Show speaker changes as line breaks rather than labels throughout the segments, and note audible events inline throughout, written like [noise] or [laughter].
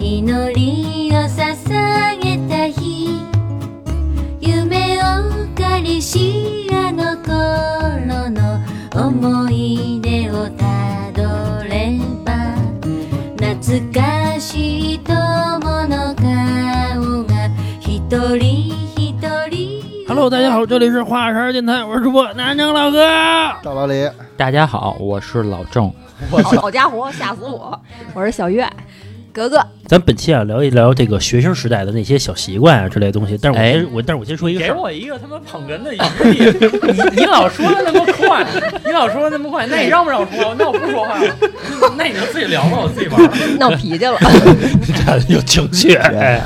祈りを捧げた日夢を借りしあの頃の思い出をたどれば懐かしい友の顔が一人一人
Hello，大家好，这里是花儿电台，我是主播南城老哥。
赵老李，
大家好，我是老郑。
好好家伙，吓死我！我是小月，格格，
咱本期啊聊一聊这个学生时代的那些小习惯啊之类的东西。但是我
哎
先、我但是我先说一个事
给
儿，
我一个他妈捧哏的余地，你你老说那么快，你老说那么快，那你让不让我说？那我不说话了，那你就自己聊吧，我自己玩儿。
闹脾 [laughs] 气了。
[laughs] 有情
[laughs]
绪。哎，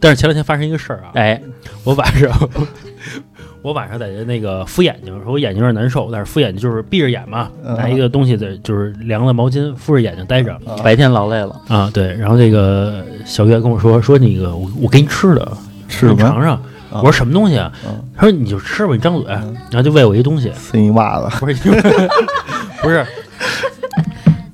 但是前两天发生一个事儿啊，
哎，
我晚上 [laughs] 我晚上在那个敷眼睛，说我眼睛有点难受，但是敷眼睛就是闭着眼嘛，
嗯
拿一个东西的，就是凉的毛巾敷着眼睛待着
啊
白天劳累了，
啊。对，然后这个小月跟我说说那个我我给你吃的，
吃什
你
么
尝？尝。
啊
我说什么东西啊
嗯？
他说你就吃吧，你张嘴，然后就喂我一
[laughs]
东西，
撕你袜子，
不是不是，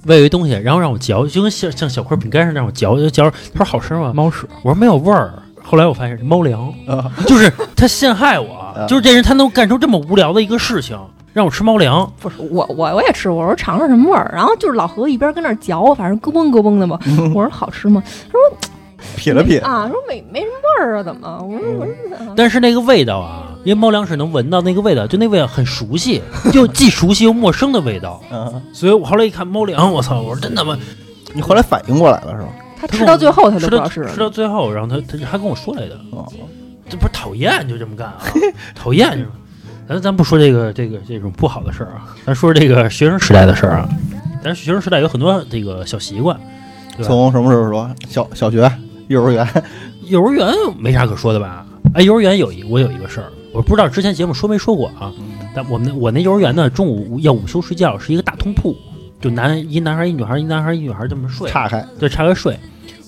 喂我一东西，然后让我嚼，就跟像像小块饼干似的让我嚼，就嚼。他说好吃吗？
猫屎。
我说没有味儿。后来我发现是猫粮，
啊
就是他陷害我
啊，
就是这人他能干出这么无聊的一个事情，让我吃猫粮。
不是我，我我也吃过，我说尝尝什么味儿。然后就是老何一边跟那儿嚼，反正咯嘣咯嘣 [laughs] 的嘛。我说好吃吗？
撇了撇，
啊，说没没什么味儿啊，怎么？我说我说啊
但是那个味道啊，因为猫粮是能闻到那个味道，就那味道很熟悉，就既熟悉又陌生的味道。
嗯，
所以我后来一看猫粮，我操，我说真他妈
你后来反应过来了是吗？
他吃到最后他
吃
都不知
到
道是
吃
什么。
到最后，然后他他还跟我说来的，
哦，
这不是讨厌就这么干啊，讨厌就是。咱咱不说这个这个这种不好的事儿啊，咱说这个学生时代的事儿啊。咱学生时代有很多这个小习惯，对吧
从什么时候说？小小学、幼儿园，
幼儿园没啥可说的吧？哎，幼儿园有一我有一个事儿，我不知道之前节目说没说过啊。但我们那我那幼儿园呢，中午要午休睡觉是一个大通铺，就男一男孩一女孩一男孩一女孩这么睡，
岔开
对岔开睡。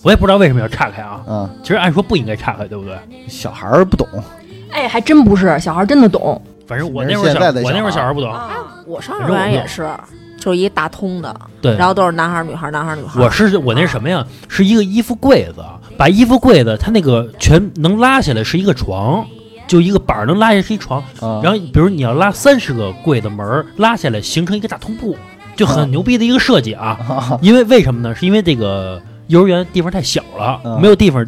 我也不知道为什么要岔开啊，
啊，
其实按说不应该岔开，对不对？
小孩儿不懂，
哎，还真不是，小孩真的懂。
反正我
其
那
实
会儿
现在的
小我那会儿
小
小
孩
孩不懂，
嗯我上幼儿园也是，就是一大通的，
对
然后都是嗯男孩儿女孩儿，男孩儿女孩儿。
我是我那是什么呀？是一个衣服柜子，把衣服柜子它那个全能拉下来是一个床，就一个板儿能拉下来是一床。
啊
然后比如你要拉三十个柜子门儿拉下来，形成一个大通铺，就
啊
很牛逼的一个设计啊。
后
因为为什么呢？是因为这个幼儿园地方太小了
啊，
没有地方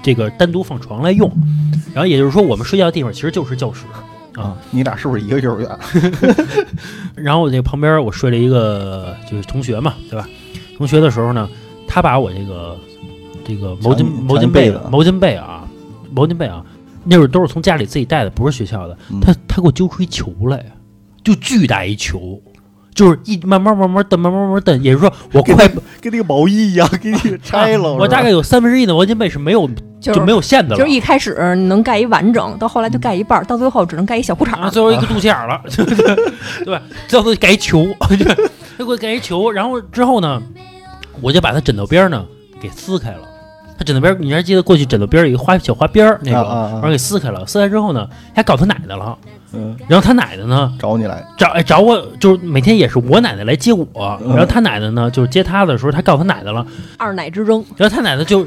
这个单独放床来用。然后也就是说，我们睡觉的地方其实就是教室。
啊，你俩是不是一个幼儿园？
然后我这旁边我睡了一个就是同学嘛，对吧？同学的时候呢，他把我这个这个毛巾
抢你
毛
抢
巾
你被
被
子啊
毛巾被啊，毛巾被啊，那会儿都是从家里自己带的，不是学校的。
嗯
他他给我揪出一球来，就巨大一球，就是一慢慢慢慢蹬，慢慢慢慢蹬，也就是说我快啊
跟那个毛衣一样，给你拆了。
我大概有三分之一的毛巾被是没有就
就
是没有线的
就是
了。
一开始你能盖一完整，到后来就盖一半儿，到最后只能盖一小裤衩
啊，
儿。
最后一个肚脐眼儿了， [laughs] 对吧？最后改球， [laughs] 对吧他给我改一球，然后之后呢，我就把他枕头边儿呢给撕开了。他枕头边儿，你还记得过去枕头边儿有一个花小花边儿那
啊
个，
啊
然
啊
后给撕开了。撕开之后呢，还搞他奶奶了。
嗯，
然后他奶奶呢，
找你来，
找哎找我，就是每天也是我奶奶来接我，
嗯
然后他奶奶呢，就是接他的时候，他告他奶奶了，
二奶之争，
然后他奶奶就，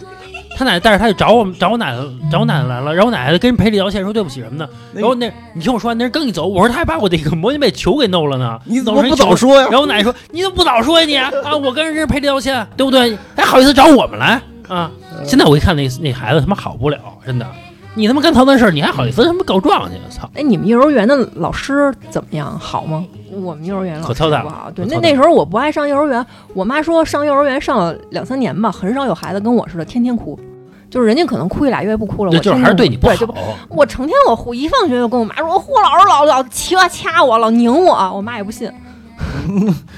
他奶奶带着他就找我们，找我奶奶，找我奶奶来了，然后我奶奶跟人赔礼道歉，说对不起什么的，
那
然后那你听我说完，那人刚一走，我说他还把我这个摩天被球给弄了呢，
你怎
弄
么
成
不
一球
早说呀
然？后我奶奶说你怎么不早说呀你啊，我跟人赔礼道歉，对不对？还好意思找我们来
嗯
啊？现在我一看那那孩子他妈好不了，真的，你他妈干操蛋事儿，你还好意思他妈告状去？操！
哎，你们幼儿园的老师怎么样？好吗？我们幼儿园老
可
师
操蛋
不好。对，
可
那
操蛋
那时候我不爱上幼儿园，我妈说上幼儿园上了两三年吧，很少有孩子跟我似的天天哭，就是人家可能哭一俩月不哭了，我
那就是
天
还是
天
对
哭
你不好
就。我成天我胡一放学就跟我妈说，我胡老师老老掐掐我，老拧我，我妈也不信。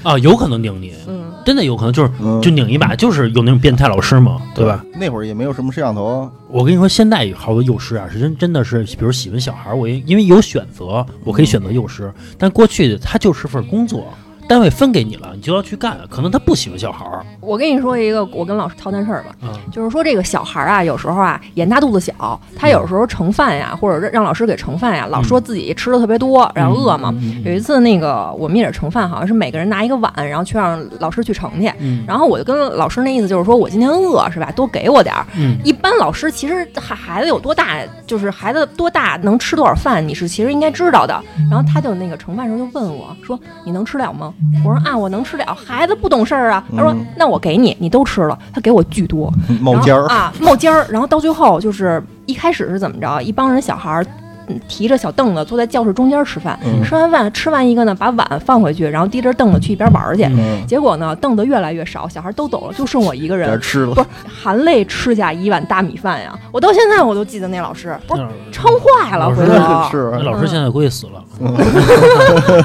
啊，有可能拧你，
嗯，
真的有可能就是
嗯
就拧一把，就是有那种变态老师嘛，对吧？？
那会儿也没有什么摄像头，
我跟你说，现在有好多幼师啊，是真真的是，比如喜欢小孩儿，我因因为有选择，我可以选择幼师，但过去他就是份工作，单位分给你了，你就要去干。可能他不喜欢小孩儿，
我跟你说一个我跟老师掏谈事儿吧，
嗯，
就是说这个小孩儿啊，有时候啊眼大肚子小，他有时候盛饭呀，或者让让老师给盛饭呀，老说自己吃的特别多，然后饿嘛。
嗯
有一次那个我们也是盛饭，好像是每个人拿一个碗，然后去让老师去盛去。
嗯
然后我就跟老师那意思就是说我今天饿是吧，多给我点儿。
嗯
一般老师其实孩孩子有多大，就是孩子多大能吃多少饭，你是其实应该知道的。然后他就那个盛饭的时候就问我说：“你能吃了吗？”我说：“啊，我能吃了。”孩子不懂事儿啊，他说
嗯：“
那我给你，你都吃了。”他给我巨多，
冒尖儿
然后，啊，冒尖儿。然后到最后就是一开始是怎么着，一帮人小孩儿嗯提着小凳子坐在教室中间吃饭，
嗯
吃完饭吃完一个呢，把碗放回去，然后提着凳子去一边玩儿去。
嗯，
结果呢，凳子越来越少，小孩都走了，就剩我一个
在这
人，
吃
不
了
是含泪吃下一碗大米饭呀！我到现在我都记得那老师，不是撑坏了，
老师
回
[laughs]
头
是
嗯
啊
那老师现在估计死了。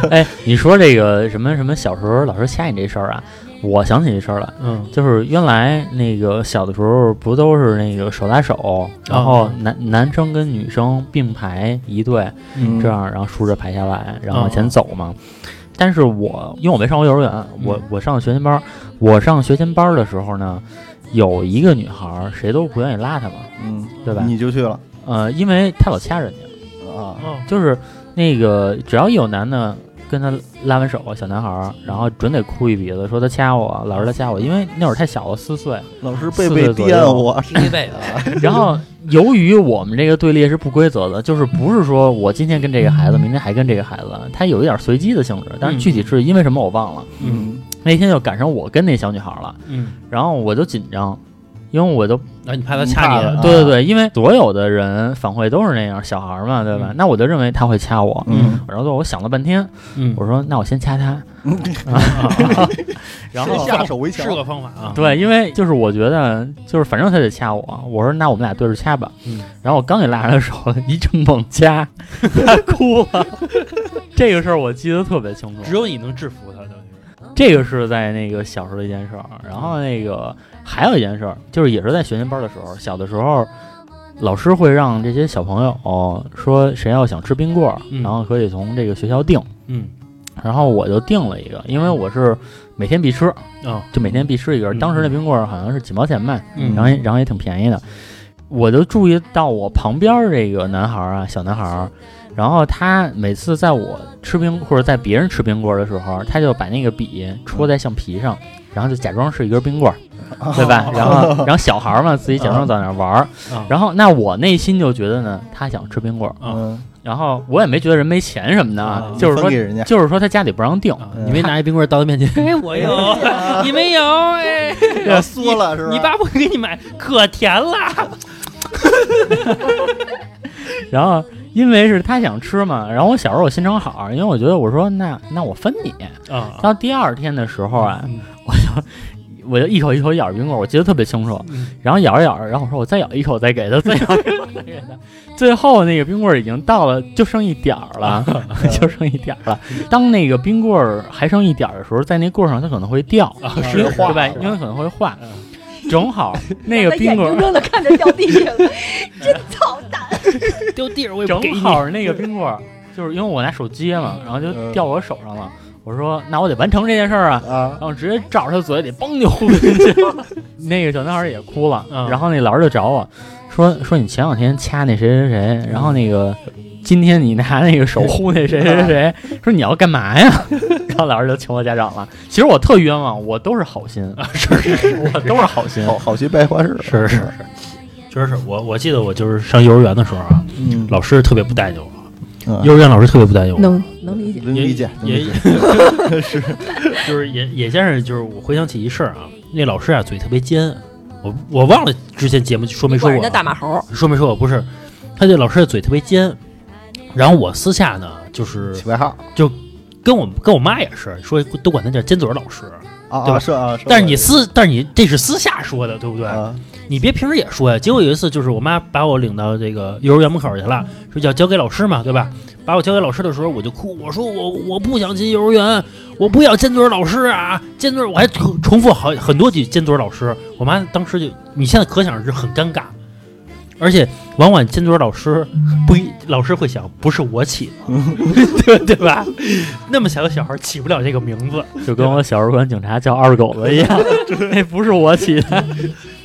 哎，你说这个什么什么小时候老师掐你这事儿啊，我想起一事儿来，
嗯
就是原来那个小的时候不都是那个手拉手，然后男、男生跟女生并排一队，
嗯
这样，然后竖着排下来，然
哦
后往前走嘛。但是我因为我没上过幼儿园，我
嗯
我上的学前班儿，我上学前班儿的时候呢，有一个女孩儿，谁都不愿意拉她嘛，
嗯，
对吧？
你就去了
呃，因为她老掐人家，
啊，
哦
就是那个只要一有男的跟她拉完手，小男孩儿，然后准得哭一鼻子，说他掐我，老师他掐我，因为那会儿太小了，四岁。
老师背
四
背
岁左右
颠我，
是一辈子啊，
然后由于我们这个队列是不规则的，就是不是说我今天跟这个孩子，明天还跟这个孩子，他有一点随机的性质，但是具体是因为什么我忘了。
嗯
嗯
那天就赶上我跟那小女孩了，
嗯，
然后我就紧张，因为我就
那你怕啊他掐你了？
对对对，因为所有的人反馈都是那样，小孩儿嘛，对吧？
嗯
那我就认为他会掐我。
嗯，
然后我想了半天，
嗯，啊
我说那我先掐他，
[laughs]
然
是
后
嗯下手为
嗯是
强，
个方法啊。
对，因为就是我觉得就是反正他得掐我，我说那我们俩对着掐吧。
嗯
然后我刚给拉上的手，一阵猛掐，他哭了。 [laughs] 这个事儿我记得特别清楚
只，有你能制服他，等于是。
这个是在那个小时候的一件事儿。然后那个还有一件事儿，就是也是在学前班的时候，小的时候。老师会让这些小朋友、说谁要想吃冰棍儿，
嗯
然后可以从这个学校订。
嗯
然后我就订了一个，因为我是每天必吃，
啊
就每天必吃一根儿。
嗯
当时那冰棍儿好像是几毛钱卖，
嗯
然后也然后也挺便宜的。我就注意到我旁边儿这个男孩儿啊，小男孩儿，然后他每次在我吃冰或者在别人吃冰棍儿的时候，他就把那个笔戳在橡皮上，然后就假装是一根冰棍儿，
哦
对吧？然
[laughs]
后然后小孩儿嘛，自己假
嗯
装在那儿玩儿
啊，
然后那我内心就觉得呢，他想吃冰棍儿，
嗯，
然后我也没觉得人没钱什么的，啊
啊，
就是
分
说
给人家，
就是说他家里不让订。
啊！你没拿一冰棍儿到他面前，哎，我有，你没有，哎，
要缩了是吧？
你爸不给你买，可甜了。
然后因为是他想吃嘛，然后我小时候我心肠好，因为我觉得我说那那我分你。
啊，
到第二天的时候啊，我就一口一口咬冰棍，我记得特别清楚。
嗯
然后咬着咬着，然后我说我再咬一口再给他，再咬一口再给他。最后那个冰棍已经到了，就剩一点儿了，就剩一点儿了。当那个冰棍儿还剩一点儿的时候，在那棍儿上它可能会掉，
啊
是
因为
化
对吧
了？
因为可能会化
嗯。
正好
[laughs]
那个冰
眼
棍儿
睁睁的看着掉地下了，真操蛋！
丢地儿我也不
正
给你。
好那个冰棍儿，就是因为我拿手接嘛，然后就掉我手上了。我说那我得完成这件事儿啊，
啊
然后直接照着他嘴里嘣就呼进去了。 [laughs] 那个小男孩儿也哭了，
嗯
然后那老师就找我说说你前两天掐那谁谁谁，然后那个今天你拿那个手呼那谁谁谁，说你要干嘛呀？ [laughs] 然后老师就请我家长了。其实我特冤枉，我都是好 [laughs] 心，是是是，我都是好心。
好好心办坏事，
是是是，确实是我我记得我就是上幼儿园的时候啊，
嗯，
老师特别不待见我，
嗯
幼儿园老师特别不待见我。
能能理解，
能
也
理解，能
也
理解，
是，就是也也先生，就是我回想起一事儿啊，那老师啊嘴特别尖，我我忘了之前节目说没说
管人
过啊，
家大马猴儿，
说没说过不是，他这老师的嘴特别尖，然后我私下呢就是
起外号
跟我跟我妈也是说都管他叫尖嘴儿老师，
啊
对吧
啊是啊，
但是你私但是你这是私下说的，对不对？
啊
你别平时也说呀。结果有一次就是我妈把我领到这个幼儿园门口去了，说要交给老师嘛，对吧？把我交给老师的时候，我就哭，我说我我不想进幼儿园，我不要尖嘴老师啊，尖嘴我还重重复好很多句尖嘴老师。我妈当时就，你现在可想而知很尴尬，而且往往尖嘴老师不一老师会想，不是我起的， [laughs] 对对吧？那么小的小孩起不了这个名字，
就跟我小时候管警察叫二狗子一 [laughs] 样，那不是我起的。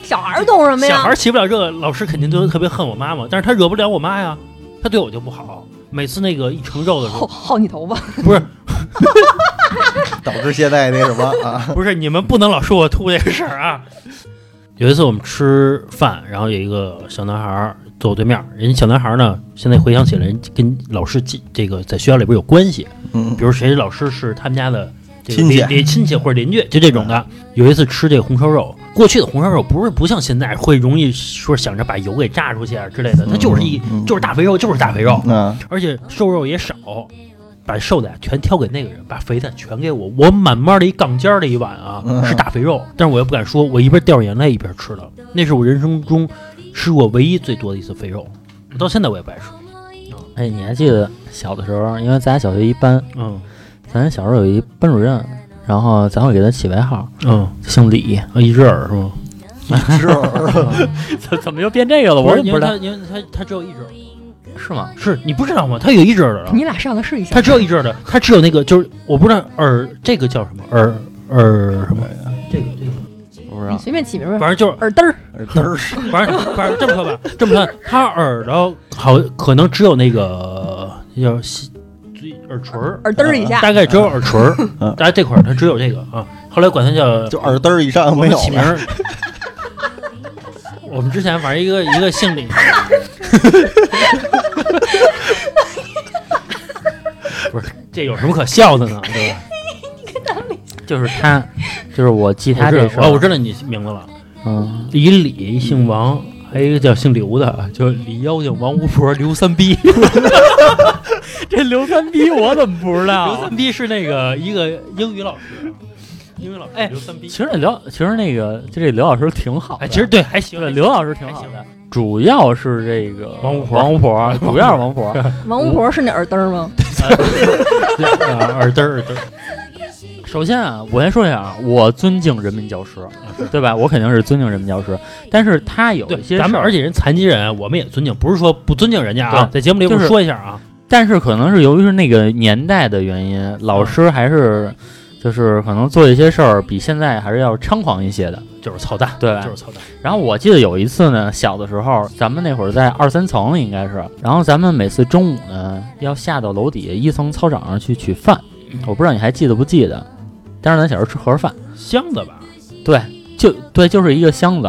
小孩儿懂什么
小
呀
孩？起不了这个，老师肯定就特别恨我妈妈，但是他惹不了我妈呀，他对我就不好。每次那个一盛肉的时
薅 [laughs]
候，
薅你头发，
不是
导致现在那什么 [laughs] 啊，
不是，你们不能老说我秃这个事儿啊。有一次我们吃饭，然后有一个小男孩儿坐我对面儿，人家小男孩儿呢，现在回想起来，人跟老师这这个在学校里边有关系，
嗯
比如谁老师是他们家的这个
亲戚
邻邻亲戚或者邻居，就这种的。有一次吃这个红烧肉，过去的红烧肉不是不像现在会容易说想着把油给炸出去啊之类的，它就是一
嗯嗯
就是大肥肉，就是大肥肉，
嗯，
而且瘦肉也少，把瘦的呀全挑给那个人，把肥的全给我，我满满的一杠尖儿的一碗啊，
嗯
是大肥肉，但是我又不敢说，我一边掉着眼泪一边吃的，那是我人生中吃过唯一最多的一次肥肉，我到现在我也不爱吃。
哎，你还记得小的时候，因为咱俩小学一班，
嗯
咱小时候有一班主任，然后咱会给他起外号，
嗯，
姓李。
一只耳是吗？
是
[laughs]
[laughs]
怎怎么又变这个了？
不
我
是，
也
因
不
为
知道
他，因为他他只有一只耳，
是吗？
是你不知道吗？他有一只耳的，
你俩上的试一下
他。只有一只耳的，他只有那个就是我不知道耳这个叫什么耳耳什么这个这个，
不知
你
道。
随便起名儿吧，
反正就是
耳嘚儿，
嘚儿啊是
反正反正这么说吧，这么说，他耳朵好可能只有那个那叫西嘴耳垂儿，
耳嘚儿一下。
大概只有耳垂儿
嗯，
大概这块儿他只有这个啊。后来管他叫
就耳嘚儿以上没有
起名
了，
儿。 [laughs] 我们之前玩一个一个姓
[laughs]
李，不是这有什么可笑的呢？对吧？
就是他， [laughs] 就是我记他这
我知
事儿。
道，哦我知道你名字了，
嗯，
李李姓王，还有一个叫姓刘的，啊叫李妖精、王巫婆、刘三逼。
这刘三逼我怎么不知啊
刘？三逼是那个一个英语老师，英语老师
哎
刘三逼。
[laughs] 其实那刘，其实那个，就这刘老师挺好的。
哎，其实对还行
对，刘老师挺好的，主要是这个
王
五
五婆
王五婆， [laughs] 主要是王五婆。
王巫婆是那耳嘚儿
[laughs]
吗？
耳朵耳朵，
首先啊，我先说一下啊，我尊敬人民教师，对吧？我肯定是尊敬人民教师，但是他有一些
对，咱们
事儿
而且人残疾人，我们也尊敬，不是说不尊敬人家啊，
对
在节目里我
就是
们说一下啊，
但是可能是由于是那个年代的原因，老师还是就是可能做一些事儿比现在还是要猖狂一些的。
就是操蛋，
对吧
就是操蛋，
然后我记得有一次呢，小的时候，咱们那会儿在二三层应该是，然后咱们每次中午呢要下到楼底下一层操场上去取饭，我不知道你还记得不记得，但是咱小时候吃盒饭，
箱子吧，
对，就对，就是一个箱子，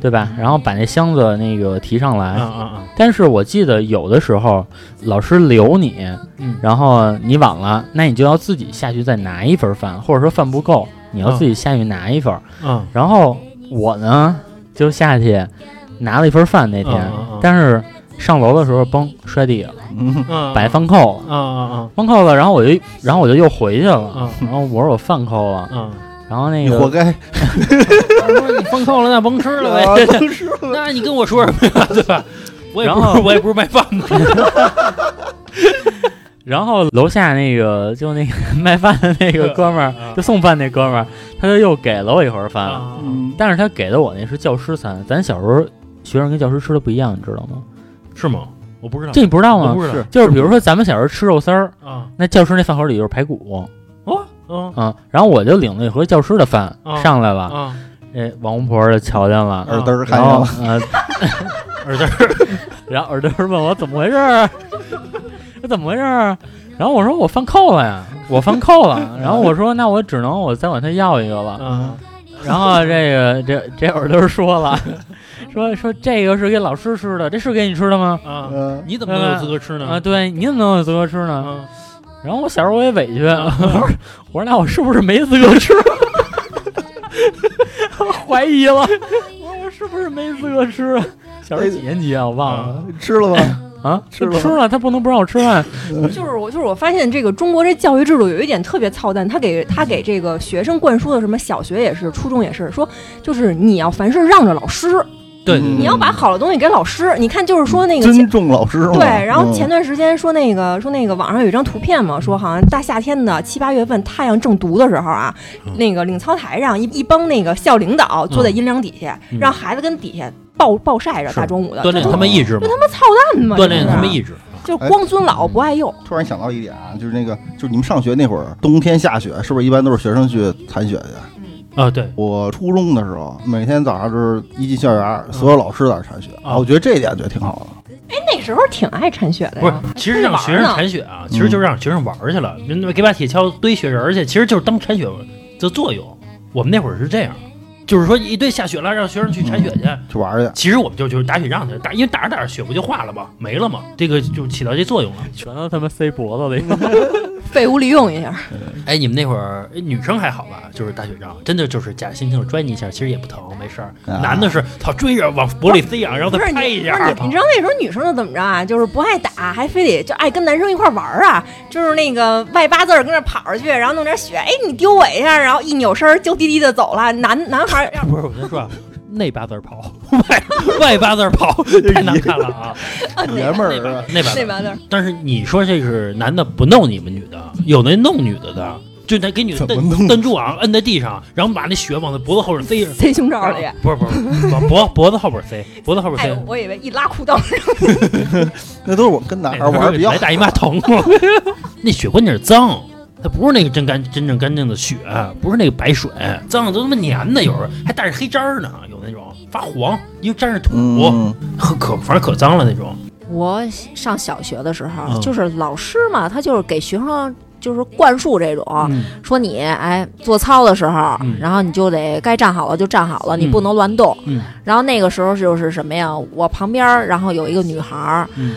对吧？然后把那箱子那个提上来，
啊啊啊，
但是我记得有的时候老师留你，
嗯
然后你晚了，那你就要自己下去再拿一份饭，或者说饭不够，你要自己下去拿一份。
嗯，
然后我呢就下去拿了一份饭那天，
嗯嗯嗯
但是上楼的时候嘣摔地了，
嗯
嗯
把饭扣了。
啊啊
饭扣了，然后我就，然后我就又回去了。
嗯
然后我说我饭扣
啊
了，
啊，
然后那
你
个
活该，
你风扣了那甭吃了
啊
呗，
都
[laughs]
是
那你跟我说什么呀，对吧？我也不
然后
是我也不是卖饭的，
然后楼下那个就那个 [laughs] 卖饭的那个哥们儿，
嗯
就送饭那哥们儿，他就又给了我一盒饭，
啊
嗯
但是他给的我那是教师餐，咱小时候学生跟教师吃的不一样，你知道吗？
是吗？我不知道
这，你不知道
嗯我
吗？
不知
是
道
就是比如说咱们小时候吃肉丝儿，
啊，
那教师那饭盒里就是排骨
哦，嗯
啊、然后我就领了一盒教师的饭、
啊
上来了，
啊，
那、王公婆就瞧见了，
哦
耳嘚儿看
然后
上
呃，
[laughs] 耳朵。
[laughs] 然后耳朵问我怎么回事 [laughs] 儿，我怎么回事儿？啊然后我说我犯扣了呀，我犯扣了。 [laughs] 然后我说那我只能我再管他要一个了。
嗯
[laughs] 然后这个这这耳朵说了， [laughs] 说说这个是给老师吃的，这是给你吃的吗？
啊，
嗯，
你怎么能有资格吃呢？
啊，对，你怎么能有资格吃呢？
啊，
然后我小时候我也委屈，我说我说那我是不是没资格吃？ [laughs] 怀疑了，我说我是不是没资格吃？小时候几年级啊？我忘了
吃了吗？
啊，
吃了
吃了，他不能不让我吃饭。
就是我，就是我发现这个中国这教育制度有一点特别操蛋，他给他给这个学生灌输的什么小学也是，初中也是，说就是你要凡事让着老师，
对
嗯
你要把好的东西给老师。你看，就是说那
啊
个前
尊重老师嘛，
对，然后前
嗯
段时间说那个说那个网上有一张图片嘛，说好像大夏天的七八月份太阳正毒的时候啊，
嗯
那个领操台上一一帮那个校领导坐在阴凉底下，
嗯
让孩子跟底下暴暴晒着，
是
大中午的，
锻炼
这
他
多
们意志嘛，
蛋嘛，
锻炼
这是
他们意志。哎
就是光尊老不爱幼，
突然想到一点啊，就是那个，就是你们上学那会儿，冬天下雪，是不是一般都是学生去铲雪去？
啊，对，
我初中的时候，每天早上就是一进校园，所有老师在那儿铲雪
嗯啊
我觉得这一点觉得挺好的。
那时候挺爱铲雪的
不是
呀。，
其实让学生铲雪啊，其实就是让学生玩儿去
嗯
了，你给把铁锹堆雪人儿去，其实就是当铲雪的作用。我们那会儿是这样，就是说一堆下雪了，让学生去铲雪去。
嗯
去玩儿去，
其实我们就就是打雪仗去，打因为打着打着雪不就化了吗？没了吗？这个就起到这作用了。
全都他妈塞脖子里。
废物利用一下，
哎，你们那会儿哎女生还好吧？就是打雪仗，真的就是假惺惺拽你一下，其实也不疼，没事儿。
啊
男的是操追着往脖里塞呀，然后
不
再
是你，
拍一下啊
不是。你，你知道那时候女生都怎么着啊？就是不爱打，还非得就爱跟男生一块玩儿啊，就是那个外八字儿跟那跑着去，然后弄点雪，哎，你丢我一下，然后一扭身儿娇滴滴的走了。男男
[laughs]
孩儿要
不是，我先说啊，内八字儿跑，外外八字儿 [laughs] 跑，太难看了啊！
爷们儿
[laughs]
啊
内八字
呃那
儿
八字儿，
但是你说这是男的不弄你们女的，有那弄女的的，就他给女的
怎
蹬
么弄
蹬住啊，摁在地上，然后把那血往那脖子后边塞着。
塞胸罩里。
不是不是，往脖脖子后边塞，脖子后边
哎
塞
呦。，我以为一拉裤裆，
那都是我跟男
哎
孩玩儿比较
来大姨妈疼吗？ [laughs] 那血关键是脏，它不是那个真干真正干净的血，不是那个白水，脏的都他妈粘的，有时候还带着黑渣儿呢，有那种发黄，因为沾着土，
嗯，
可可反正可脏了那种。
我上小学的时候，
嗯
就是老师嘛，他就是给学生就是灌输这种，
嗯
说你哎做操的时候，
嗯
然后你就得该站好了就站好了，你
嗯
不能乱动。
嗯
然后那个时候就是什么呀？我旁边儿然后有一个女孩儿，
嗯，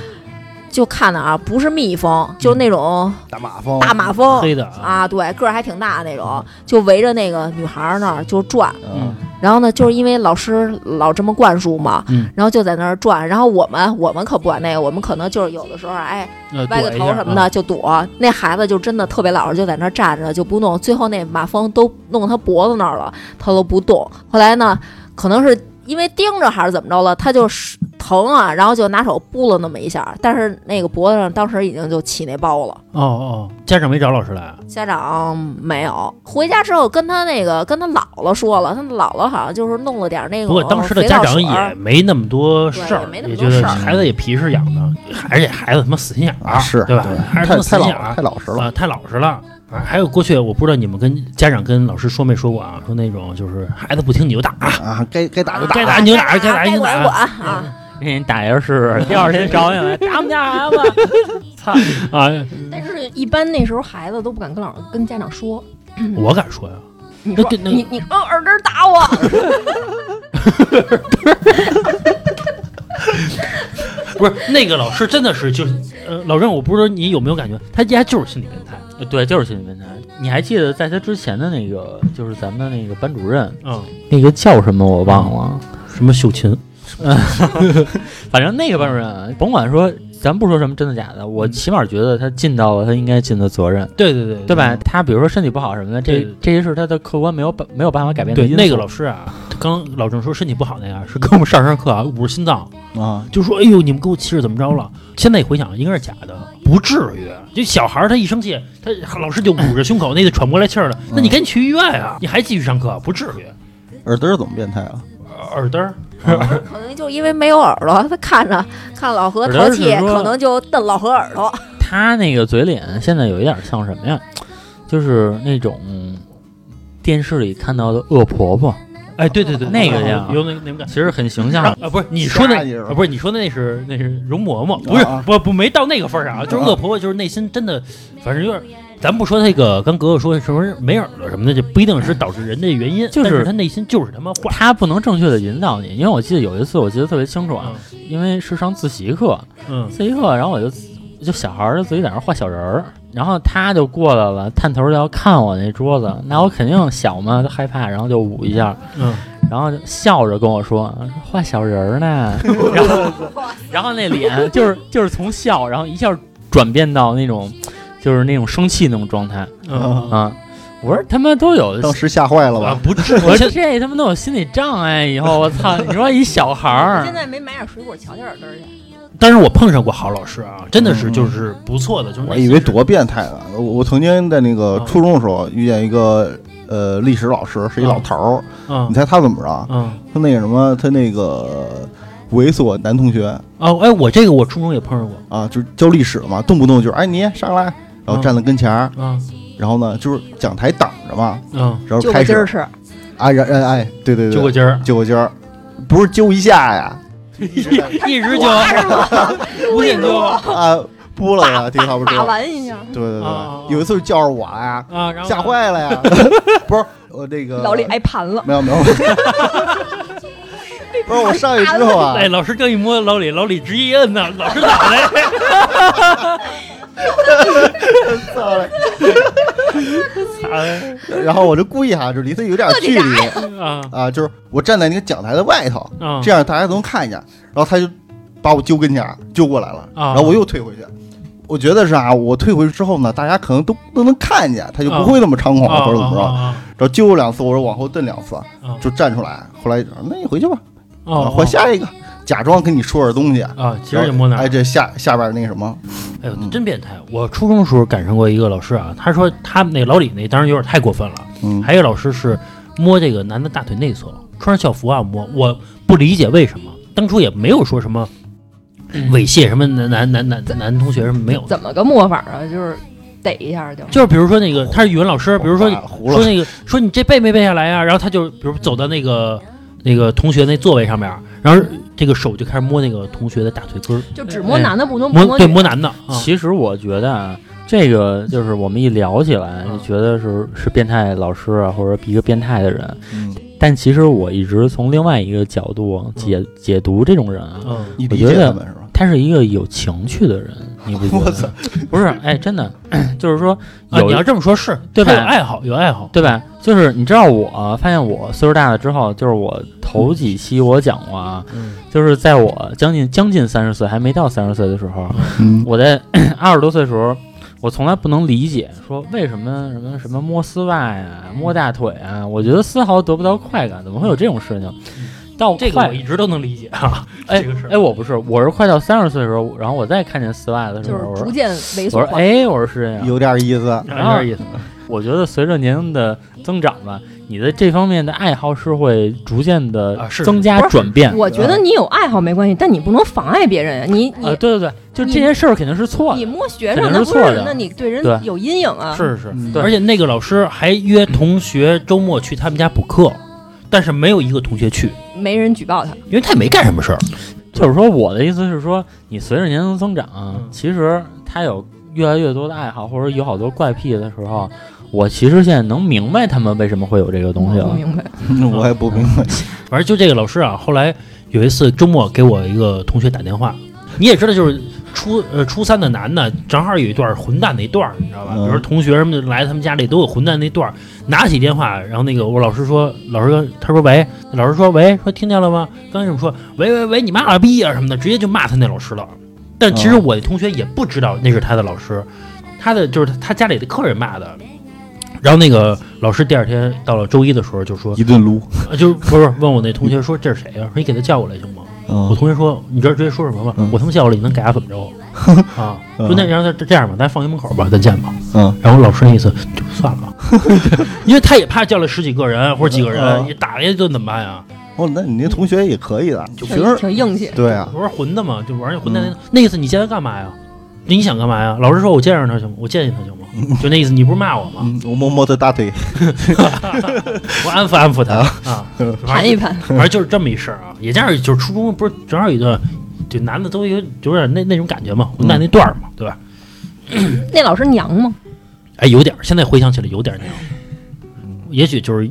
就看的啊，不是蜜蜂，就是那种
大马
嗯
蜂，
大马蜂。
黑的，
啊，对，个儿还挺大的那种，就围着那个女孩儿那儿就转，
嗯，
然后呢，就是因为老师老这么灌输嘛，
嗯
然后就在那儿转，然后我们我们可不管那个，我们可能就是有的时候哎
呃
歪个头什么的，就躲，那孩子就真的特别老实，就在那儿站着就不动，最后那马蜂都弄他脖子那儿了，他都不动。后来呢，可能是因为盯着还是怎么着了，他就是疼啊，然后就拿手拨了那么一下，但是那个脖子上当时已经就起那包了。
哦哦，家长没找老师来啊？
家长没有回家之后跟他那个跟他姥姥说了，他姥姥好像就是弄了点那个
不过当时的家长
啊
也没那么多事儿，
对也没那
也
么
觉
多
得
事儿
孩子也皮实养的，还是这孩子他妈死心眼儿、
啊是
对吧？还是他妈
太太
死心眼
老
儿
太老实了，
啊，太老实了。啊还有过去，我不知道你们跟家长跟老师说没说过啊？说那种就是孩子不听你就打，
啊，该该打就打
该
该
打
打
你就打
打，
该打你就打
管管啊！
[laughs] 给你打一下试试，第二天找你来打我们家孩子。操！
啊！
[laughs]
但是一般那时候孩子都不敢跟老师跟家长说。
我敢说呀，
你说
那那
你你哦耳根儿打我，
不是那个老师真的是就是，呃，老任，我不知道你有没有感觉，他家就是心理变态，
呃对，就是心理变态。你还记得在他之前的那个，就是咱们的那个班主任，
嗯，
那个叫什么我忘了。
什么秀琴，
反正那个班主任，啊甭管说，咱不说什么真的假的，我起码觉得他尽到了他应该尽的责任，
对对对，
对吧？他比如说身体不好什么的，
对
这
对对
这些是他的客观没有办没有办法改变的
对
因素。
那个老师啊，刚老郑说身体不好那个是跟我们上上课啊，捂着心脏，
啊，
就说：“哎呦，你们给我气的怎么着了？”现在一回想，应该是假的，不至于。就小孩儿他一生气，他老师就捂着胸口，那就喘不过来气
[laughs]
儿了。那
嗯
你赶紧去医院啊！你还继续上课，不至于。
耳朵是怎么变态啊了？
耳灯儿，
[laughs] 可能就因为没有耳朵，他看着看老何淘气，
耳朵是说
可能就瞪老何耳朵。
他那个嘴脸现在有一点像什么呀？就是那种电视里看到的恶婆婆，
哎，对对对，
那个呀
有那那种感觉。
其实很形象。
啊，不是你说那
吓一跳，
啊不是你说那是那是容嬷嬷，不是
啊
不不没到那个份儿上啊，就是恶婆婆，就是内心真的，反正有点，咱不说那个，跟格格说什么没耳朵什么的，这不一定是导致人的原因，
就
但是
是
他内心就是他妈坏，
他不能正确的引导你，因为我记得有一次，我记得特别清楚啊，因为是上自习课，
嗯
自习课，然后我就就小孩儿就自己在那儿画小人儿，然后他就过来了，探头就要看我那桌子，那我肯定小嘛，就害怕，然后就捂一下，
嗯，
然后就笑着跟我说画小人儿呢，然后然后那脸就是就是从笑，然后一下转变到那种就是那种生气那种状态
嗯
啊，我说他妈都有
当时吓坏了
啊
吧？
不至于
[laughs]
我说这他妈都有心理障碍，以后我操！你说一小孩
现
儿，
在没买点水果瞧瞧耳根儿去。
但是我碰上过好老师啊，真的是
嗯
就是不错的，就是那
我
些
以为多变态呢。我我曾经在那个
啊
初中的时候遇见一个呃
啊
历史老师，是一老头儿。
嗯
你猜他怎么着？
嗯
他那个什么，他那个猥琐男同学
哦，哎，我这个我初中也碰上过
啊，就是教历史嘛，动不动就是哎你上来，然后站在跟前儿，
啊
然后呢就是讲台挡着嘛，
啊，
然后
就
开
我今儿
始
吃，
啊，然哎哎，对对
揪嗯
对
过，筋儿，
揪过筋儿，不是揪一下呀，
[laughs] 一直揪， [laughs] 五点揪啊
啊，拨了呀，这个话不
打
说，
完一下，
对对
啊
对，有一次叫着我呀，，
然后
吓坏
[laughs]
了呀，不是我这个
老李哎挨盘了，
没有没 [laughs] 有，不是我上去之后啊，
[laughs] 哎，老师这一摸老李，老李直接一摁呐，老师脑袋
操嘞
哎
[laughs] 然后我就故意哈，就离他有点距离
啊
啊，就是我站在那个讲台的外头，
啊，
这样大家都能看见。然后他就把我揪跟前儿揪过来了，
啊
然后我又退回去。我觉得是啊，我退回去之后呢，大家可能都都能看见，他就不会那么猖狂
啊
或者怎么着。
啊
然后揪我两次，我说往后蹬两次
啊，
就站出来。后来那你回去吧，
啊
啊换下一个，假装跟你说点东西。
啊，其实也摸那儿
哎，，这下下边那个什么，
哎呦，
嗯
真变态！我初中的时候赶上过一个老师啊，他说他们那老李那当然有点太过分了，
嗯，
还有一个老师是摸这个男的大腿内侧，穿着校服啊摸，我不理解为什么，当初也没有说什么
嗯
猥亵什么男男男男男同学什么没有的，
怎么个摸法啊？就是逮一下就，
就是比如说那个他是语文老师，比如说你
胡
说
啊了，
那个说你这背没背下来啊，然后他就比如走到那个那个同学那座位上面，啊然后这个手就开始摸那个同学的大腿根儿，
就只摸男的不能
嗯摸
摸
对
女
摸
的。
男的啊
其实我觉得啊，这个就是我们一聊起来
嗯
就觉得是是变态老师啊，或者一个变态的人。
嗯
但其实我一直从另外一个角度解解读这种人啊，
嗯
你理解他们是吧？
他是一个有情趣的人，你不觉
我
得
操
吗？不是，哎，真的，就是说
啊，
有
你要这么说，是
对吧
他有爱好有爱好，
对吧？就是你知道我、发现我岁数大了之后，就是我头
嗯
几期我讲过啊，
嗯
就是在我将近将近三十岁还没到三十岁的时候，
嗯
我在 [clears throat] 二十多岁的时候，我从来不能理解说为什么什么什么摸丝袜呀、摸大腿啊，我觉得丝毫得不到快感，怎么会有这种事情？
嗯
到快
这个我一直都能理解啊，
哎
这个事儿
哎，我不是，我是快到三十岁的时候，然后我再看见丝
嗯
袜的时
就
候，
是
我
逐
说
渐猥琐
我说哎，我说是这样，
有点意思，
有点意
嗯
思。
我觉得随着年龄的增长吧，你的这方面的爱好是会逐渐的
啊是
增加
不是
转变。
我觉得你有爱好没关系，但你不能妨碍别人。你
啊、
你
对对对，就这件事儿肯定是错
你
的，
摸学
肯
生，
定
那
是
不
错的
是？那你对人
对
有阴影啊？
是是，
嗯
而且那个老师还约同学周末去他们家补课，但是没有一个同学去，
没人举报他，
因为他也没干什么事儿。
就是说我的意思是说，你随着年龄增长，
嗯
其实他有越来越多的爱好，或者有好多怪癖的时候，我其实现在能明白他们为什么会有这个东西
嗯我
了。
明白。
[laughs] 我也不明白，
反正就这个老师啊，后来有一次周末给我一个同学打电话，你也知道，就是初呃初三的男的，正好有一段混蛋那一段儿，你知道吧？
嗯
比如说同学什么的来他们家里都有混蛋那段儿，拿起电话，然后那个我老师说，老师说他说喂，老师说喂，说听见了吗？刚才怎么说？喂喂喂，你妈了逼啊什么的，直接就骂他那老师了。但其实
嗯
我的同学也不知道那是他的老师，他的就是他家里的客人骂的。然后那个老师第二天到了周一的时候就说
一顿撸，
啊，就是不是问我那同学说这是谁啊呀、说你给他叫过来行吗？
嗯
我同学说你知道直接说什么吗？
嗯
我他妈叫过来，你能给他怎么
[laughs]
着？啊，
嗯
说那然后他这样吧，咱放学门口吧，再见吧。
嗯，
然后老师那意思就算
[laughs]
了，因为他也怕叫了十几个人或者几个人，
嗯
你打了一顿怎么办呀？
哦，那你那同学也可以的，
嗯就
学生
挺硬气，
对啊，
玩混的嘛，就玩那混蛋
嗯
那、那意思，你见他干嘛呀？你想干嘛呀？老师说我见着他行吗？我见见他行
[laughs]
吗？就那意思，你不是骂我吗？
嗯，我摸摸他大腿，
我安抚安抚他
[laughs]
啊，反
盘
正
一
[laughs]
盘。 [laughs]
反正就是这么一事儿啊，也加上就是初中不是正好有一段，就男的都有有点那那种感觉嘛，混蛋那段儿嘛，对吧？
那老师娘吗？
哎，有点儿，现在回想起来有点儿那样，也许就是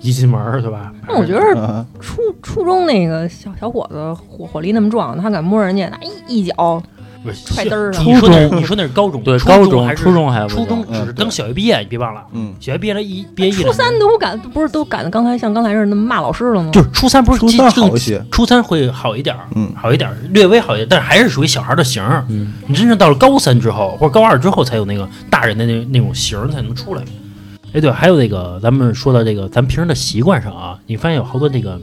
一进门儿，对吧？
那我觉得
嗯
初初中那个小小伙子火火力那么壮，他敢摸人家，那哎一一脚
不是
踹嘚儿啊
你说那是你说那是高中，
对，
初
高
中还是
初中嗯还不
初中
行
只是当小学毕业，你别忘了，
嗯，
小学毕业了一毕业一
初
两年
三都敢，不是都敢刚才像刚才似的骂老师了吗？
就是初三不是
初三
进
好一些，
初三会好一点儿，
嗯
好一点儿，略微好一点，但是还是属于小孩儿的型儿。
嗯，
你真正到了高三之后，或者高二之后，才有那个大人的那那种型儿才能出来。哎，对，还有那个，咱们说到这个，咱们平时的习惯上啊，你发现有好多这个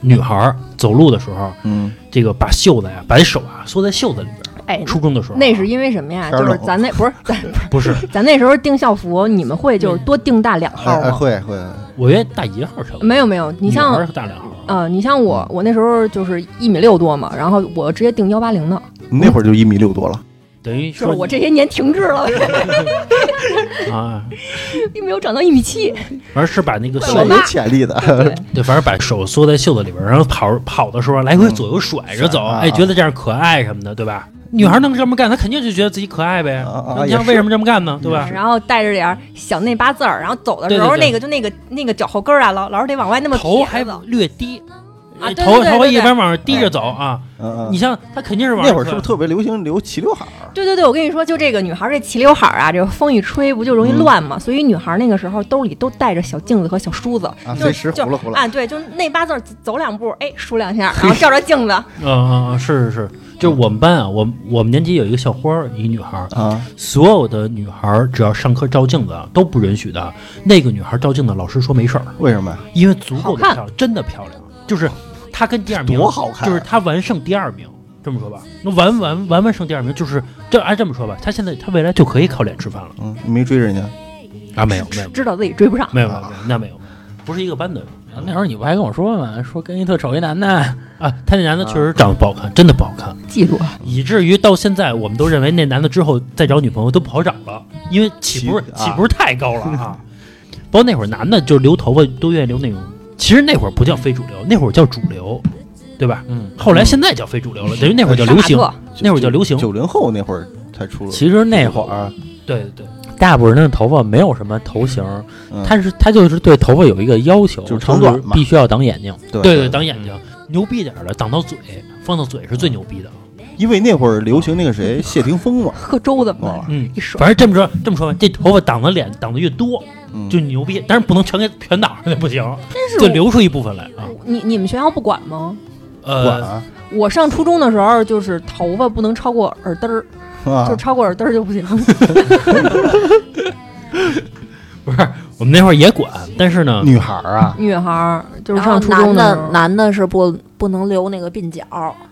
女孩儿走路的时候，
嗯，
这个把袖子呀、把手啊缩在袖子里边儿。
哎，
初中的时候啊，
那是因为什么呀？
天
就是
冷
咱那不是咱
不是？
咱那时候订校服，你
嗯
们会就是多订大两
哎
号
哎
吗？
会会，
我觉得大一号儿差不多，
没有没有，你
女孩
像
儿大两号儿，
呃，你像我，
嗯
我那时候就是一米六多嘛，然后我直接定幺八零的，
你那会儿就一米六多了，
等于
就是
说
我这些年停
[laughs]
滞了， [laughs]
啊，
并没有长到一米七。
完是把那个
对
袖
我
是
子，
有
爸
潜力的。
[laughs]
对，
对，反正把手缩在袖子里边，然后跑跑的时候来回左右甩着走，
嗯
哎，
啊
觉得这样可爱什么的，对吧？女孩能这么干，她肯定就觉得自己可爱呗。
啊啊啊
你
也
像
是
为什么这么干呢？对吧？
然后带着点儿小内八字儿，然后走的时
嗯
候
对对对
那个就那个那个脚后跟儿啊，老老是得往外那么
头
撇
还
着走
略低，
啊，对
头头
对
发
对
一
对
般往上低着走啊。
嗯
你
嗯，
像她肯定是往
那会儿
上
是不是
看
特别流行留齐刘海儿？
对对对，我跟你说，就这个女孩儿这齐刘海儿啊，这个风一吹不就
嗯
容易乱嘛，所以女孩儿那个时候兜里都带着小镜子和小梳子，
啊
就
随时
就
糊了糊了
啊，对，就那八字儿走两步，哎，梳
[laughs]
两下，然后照照镜子，
嗯嗯嗯，是是是，就是我们班啊，我们我们年级有一个校花儿，一女孩儿，
啊，
所有的女孩儿只要上课照镜子啊都不允许的。那个女孩儿照镜子，老师说没事儿，
为什么呀？
因为足够的
好看
漂亮，真的漂亮，就是她跟第二名
多好看啊
就是她完胜第二名。这么说吧，那完完完完胜第二名，就是这按这么说吧，她现在她未来就可以靠脸吃饭了
嗯，你没追人家？
啊？没有没有
知道自己追不上。
没有没有没有，啊那没有，不是一个班的
那会儿你不还跟我说吗？说跟一特丑一男的，
啊。她那男的确实长得不好看，真的不好看。
记住，
以至于到现在，我们都认为那男的之后再找女朋友都不好找了，因为起步
起啊
起步太高了啊。
[laughs]
包括那会儿男的就留头发都愿意留那种，其实那会儿不叫非主流，那会儿叫主流，对吧？
嗯。
后来现在叫非主流了，等于那会儿叫流行
杀马，
那会儿叫流行。
九零后那会儿才出了。
其实那会儿
对对对，
大部分人的头发没有什么头型，
嗯
他是他就是对头发有一个要求，
就是是长短嘛
必须要挡眼睛。
对
对对，挡眼睛，牛逼点儿的挡到嘴，放到嘴是最牛逼的。
因为那会儿流行那个谁，谢霆锋嘛，
喝粥怎么
忘
办？
了，
嗯，
一水
反正这么说这么说吧，这头发挡的脸挡的越多
嗯
就牛逼，但是不能全给全挡上去不行，
真是
就
我
留出一部分来啊。
你你们学校不管吗？
管
呃，
啊
我上初中的时候，就是头发不能超过耳根儿，
啊
就超过耳根儿就不行。
不是我们那会儿也管，但是呢，
女孩儿啊，
女孩儿就是
然后
上初中
男
的时
的
候，
男的是不不能留那个鬓角，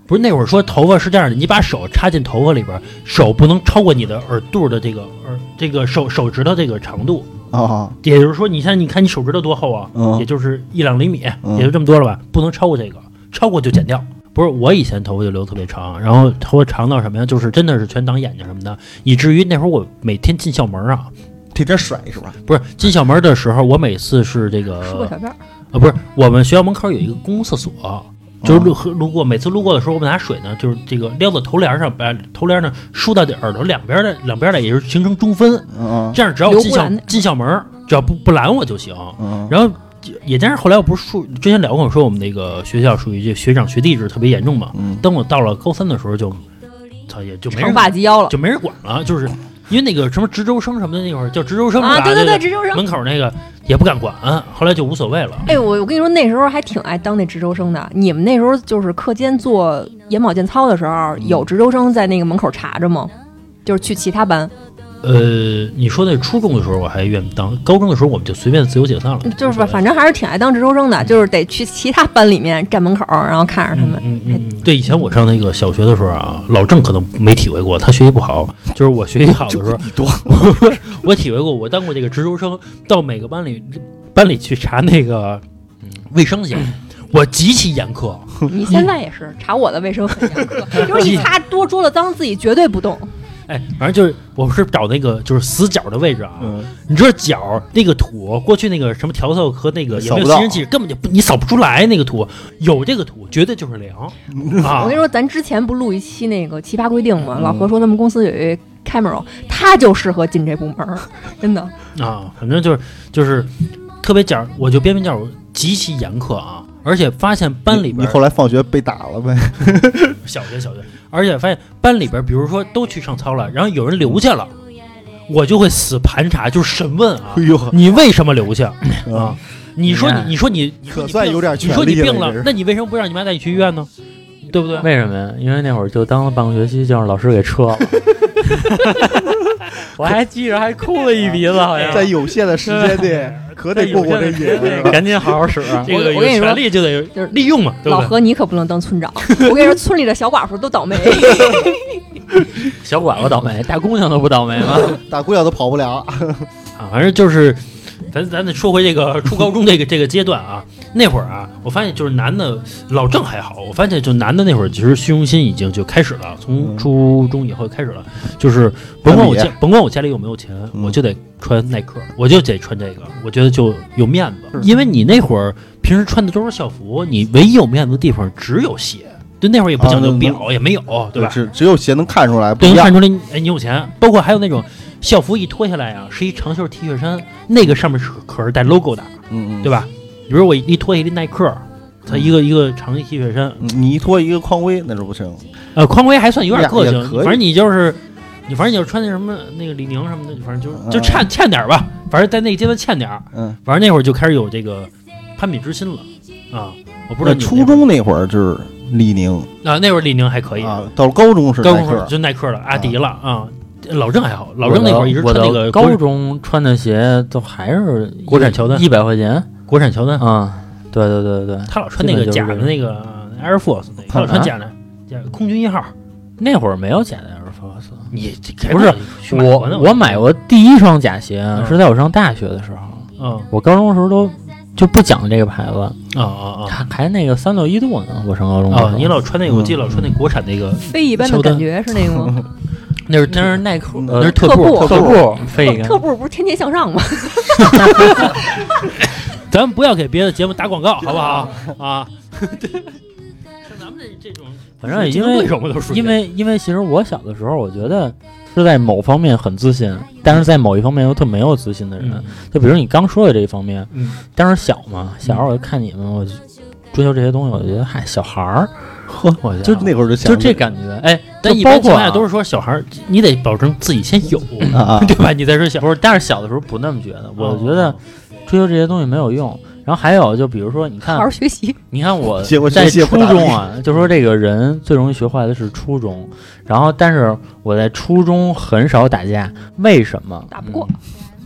不是那会儿说头发是这样的，你把手插进头发里边，手不能超过你的耳肚的这个耳这个手手指头这个长度，
啊， [laughs]
也就是说，你像你看你手指头多厚啊，
嗯
也就是一两厘米，
嗯
也就这么多了吧，不能超过这个，超过就剪掉。不是我以前头发就留特别长，然后头发长到什么呀？就是真的是全挡眼睛什么的，以至于那会儿我每天进校门啊，
这边甩是吧？
不是进校门的时候，我每次是这个
梳个小辫儿，
啊，不是，我们学校门口有一个公共厕所，
嗯
就是路和路过，每次路过的时候，我们拿水呢，就是这个撩到头帘上，把头帘呢梳到这耳朵两边的两边的，也就是形成中分。
嗯
这样只要我进
留
校
不拦
进校门儿，只要不不拦我就行。
嗯
然后也加上后来我不是说之前聊过，我说我们那个学校属于这学长学弟制特别严重嘛。
嗯
等我到了高三的时候就，操也就没
长
人
发及腰了
就没人管了，就是因为那个什么值周生什么的那会儿叫值周生是
啊！
吧
对对
那
对，
个
值周生。
门口那个也不敢管，后来就无所谓了。
哎，我我跟你说，那时候还挺爱当那值周生的。你们那时候就是课间做眼保健操的时候，
嗯
有值周生在那个门口查着吗？就是去其他班，
呃，你说那初中的时候我还愿意当，高中的时候我们就随便自由解散了，
就是
无所谓
反反正还是挺爱当值周生的，就是得去其他班里面站门口，然后看着他
嗯
们。
嗯嗯嗯，对，以前我上那个小学的时候啊，老郑可能没体会过，他学习不好，就是我学习好的时候，
多
我体会过，我当过这个值周生，到每个班里班里去查那个卫生去，我极其严苛，
[laughs]
你现在也是查我的卫生很严格，就是一擦多桌子脏，自己绝对不动。
哎，反正就是我是找那个就是死角的位置啊，
嗯，
你知道角那个土，过去那个什么调色和那个也
扫
没
不
有
到
吸尘器，根本就不你扫不出来那个土，有这个土绝对就是凉啊
[laughs] 我跟你。说，咱之前不录一期那个奇葩规定
嗯
吗？老何说他们公司有一 Camero，他就适合进这部门儿，真
[laughs]
的。
啊，反正就是就是特别讲，我就边边角极其严苛啊，而且发现班里
你
边
后来放学被打了呗？
小学小学，而且发现班里边，比如说都去上操了，然后有人留下了，我就会死盘查，就是审问
[laughs]
啊
哎，呦，
你为什么留下啊
啊？
你说
哎
你，你说你，你说
可
你
算
病
有点
你说
权
你
利
病
了，
了，
这是
那你为什么不让你妈带你去医院呢？对不对？
为什么呀？因为那会儿就当了半个学期，就让老师给撤了。我还记着，还哭了一鼻子，好像
啊在有限的时间内，可得过过这瘾。是吧
赶紧好好使。
这
我
个
我跟你
有
说
权利就得
就是
利用嘛，对
老
不对？
何，你可不能当村长。我跟你说，村里的小寡妇都
[laughs]
倒霉。
小拐子倒霉，大姑娘都不倒霉吗？
大姑娘都跑不了，
啊啊，反正就是咱咱得说回这个初高中这个这个阶段啊，那会儿啊，我发现就是男的老郑还好，我发现就男的那会儿其实虚荣心已经就开始了，从
嗯
初中以后就开始了，就是甭管我家甭管我家里有没有钱，
嗯
我就得穿耐克，我就得穿这个，我觉得就有面子，因为你那会儿平时穿的都是校服，你唯一有面子的地方只有鞋，就那会儿也不讲究
啊那
表，也没有，对吧？
只只有鞋能看出来不
对，
一
能
样
看。出来你，哎，你有钱。包括还有那种校服一脱下来啊，是一长袖 T 恤衫，那个上面是可是带 logo 的，
嗯嗯，
对吧？比如我一脱下来耐克，它一个一个长袖 T 恤衫，
嗯？你一脱一个匡威，那是不行。
呃，匡威还算有点个
也也
性，
可以
反正你就是。你反正你就是穿那什么那个李宁什么的，反正就是
嗯
就欠欠点儿吧，反正在那个阶段欠点儿，
嗯，
反正那会儿就开始有这个攀比之心了啊！我不知道你
那
们
初中那会儿就是李宁
那会儿啊，那会儿李宁还可以，
啊，到了高中是
高
耐
中时候
克。
就耐克了，阿
啊
迪了啊。老郑还好，老郑那会儿一直
我
穿
的
那
我
个
的
国
高中穿的鞋都还是
国产乔丹
一百块钱
国产乔丹，
啊、对对对对对，
他老穿那个假的那个 Air Force，那个他老穿假的，假的空军一号。
那会儿没有假的 Air Force。
你
不是我我买，过第一双假鞋啊
嗯
是在我上大学的时候，
嗯
我高中的时候都就不讲这个牌子，
啊啊啊
还还那个三六一度呢。我上高中的时候
啊！你老穿那个，我记得老穿那国产那个，
非一般的感觉是那个
[laughs]
吗？
那是
那是耐克，
嗯
呃
那是特
步
特
特步
步飞一
特
个，
步不是天天向上吗？
咱们不要给别的节目打广告，好不好 [laughs] 啊？像咱们这这种，
反正因为
对手嘛都是
因为因为其实我小的时候，我觉得是在某方面很自信，但是在某一方面又特没有自信的人。
嗯
就比如你刚说的这一方面，
嗯
当时小嘛，小时候我就看你们，我就追求这些东西，我觉得嗨，小孩儿，呵，我觉
就
得
那会儿就想
就这感觉，哎，
但
就
一
包
般情
括
况
啊
下都是说小孩儿，你得保证自己先有，
啊啊，
对吧？你再说小，
不是，但是小的时候不那么觉得，我
哦
觉得追求这些东西没有用。然后还有就比如说，你
好
看
好学习，
你看我
结果
在
学习也
初
不咋地
中啊， [laughs] 就说这个人最容易学坏的是初中，然后但是我在初中很少打架，为什么？嗯
打不过。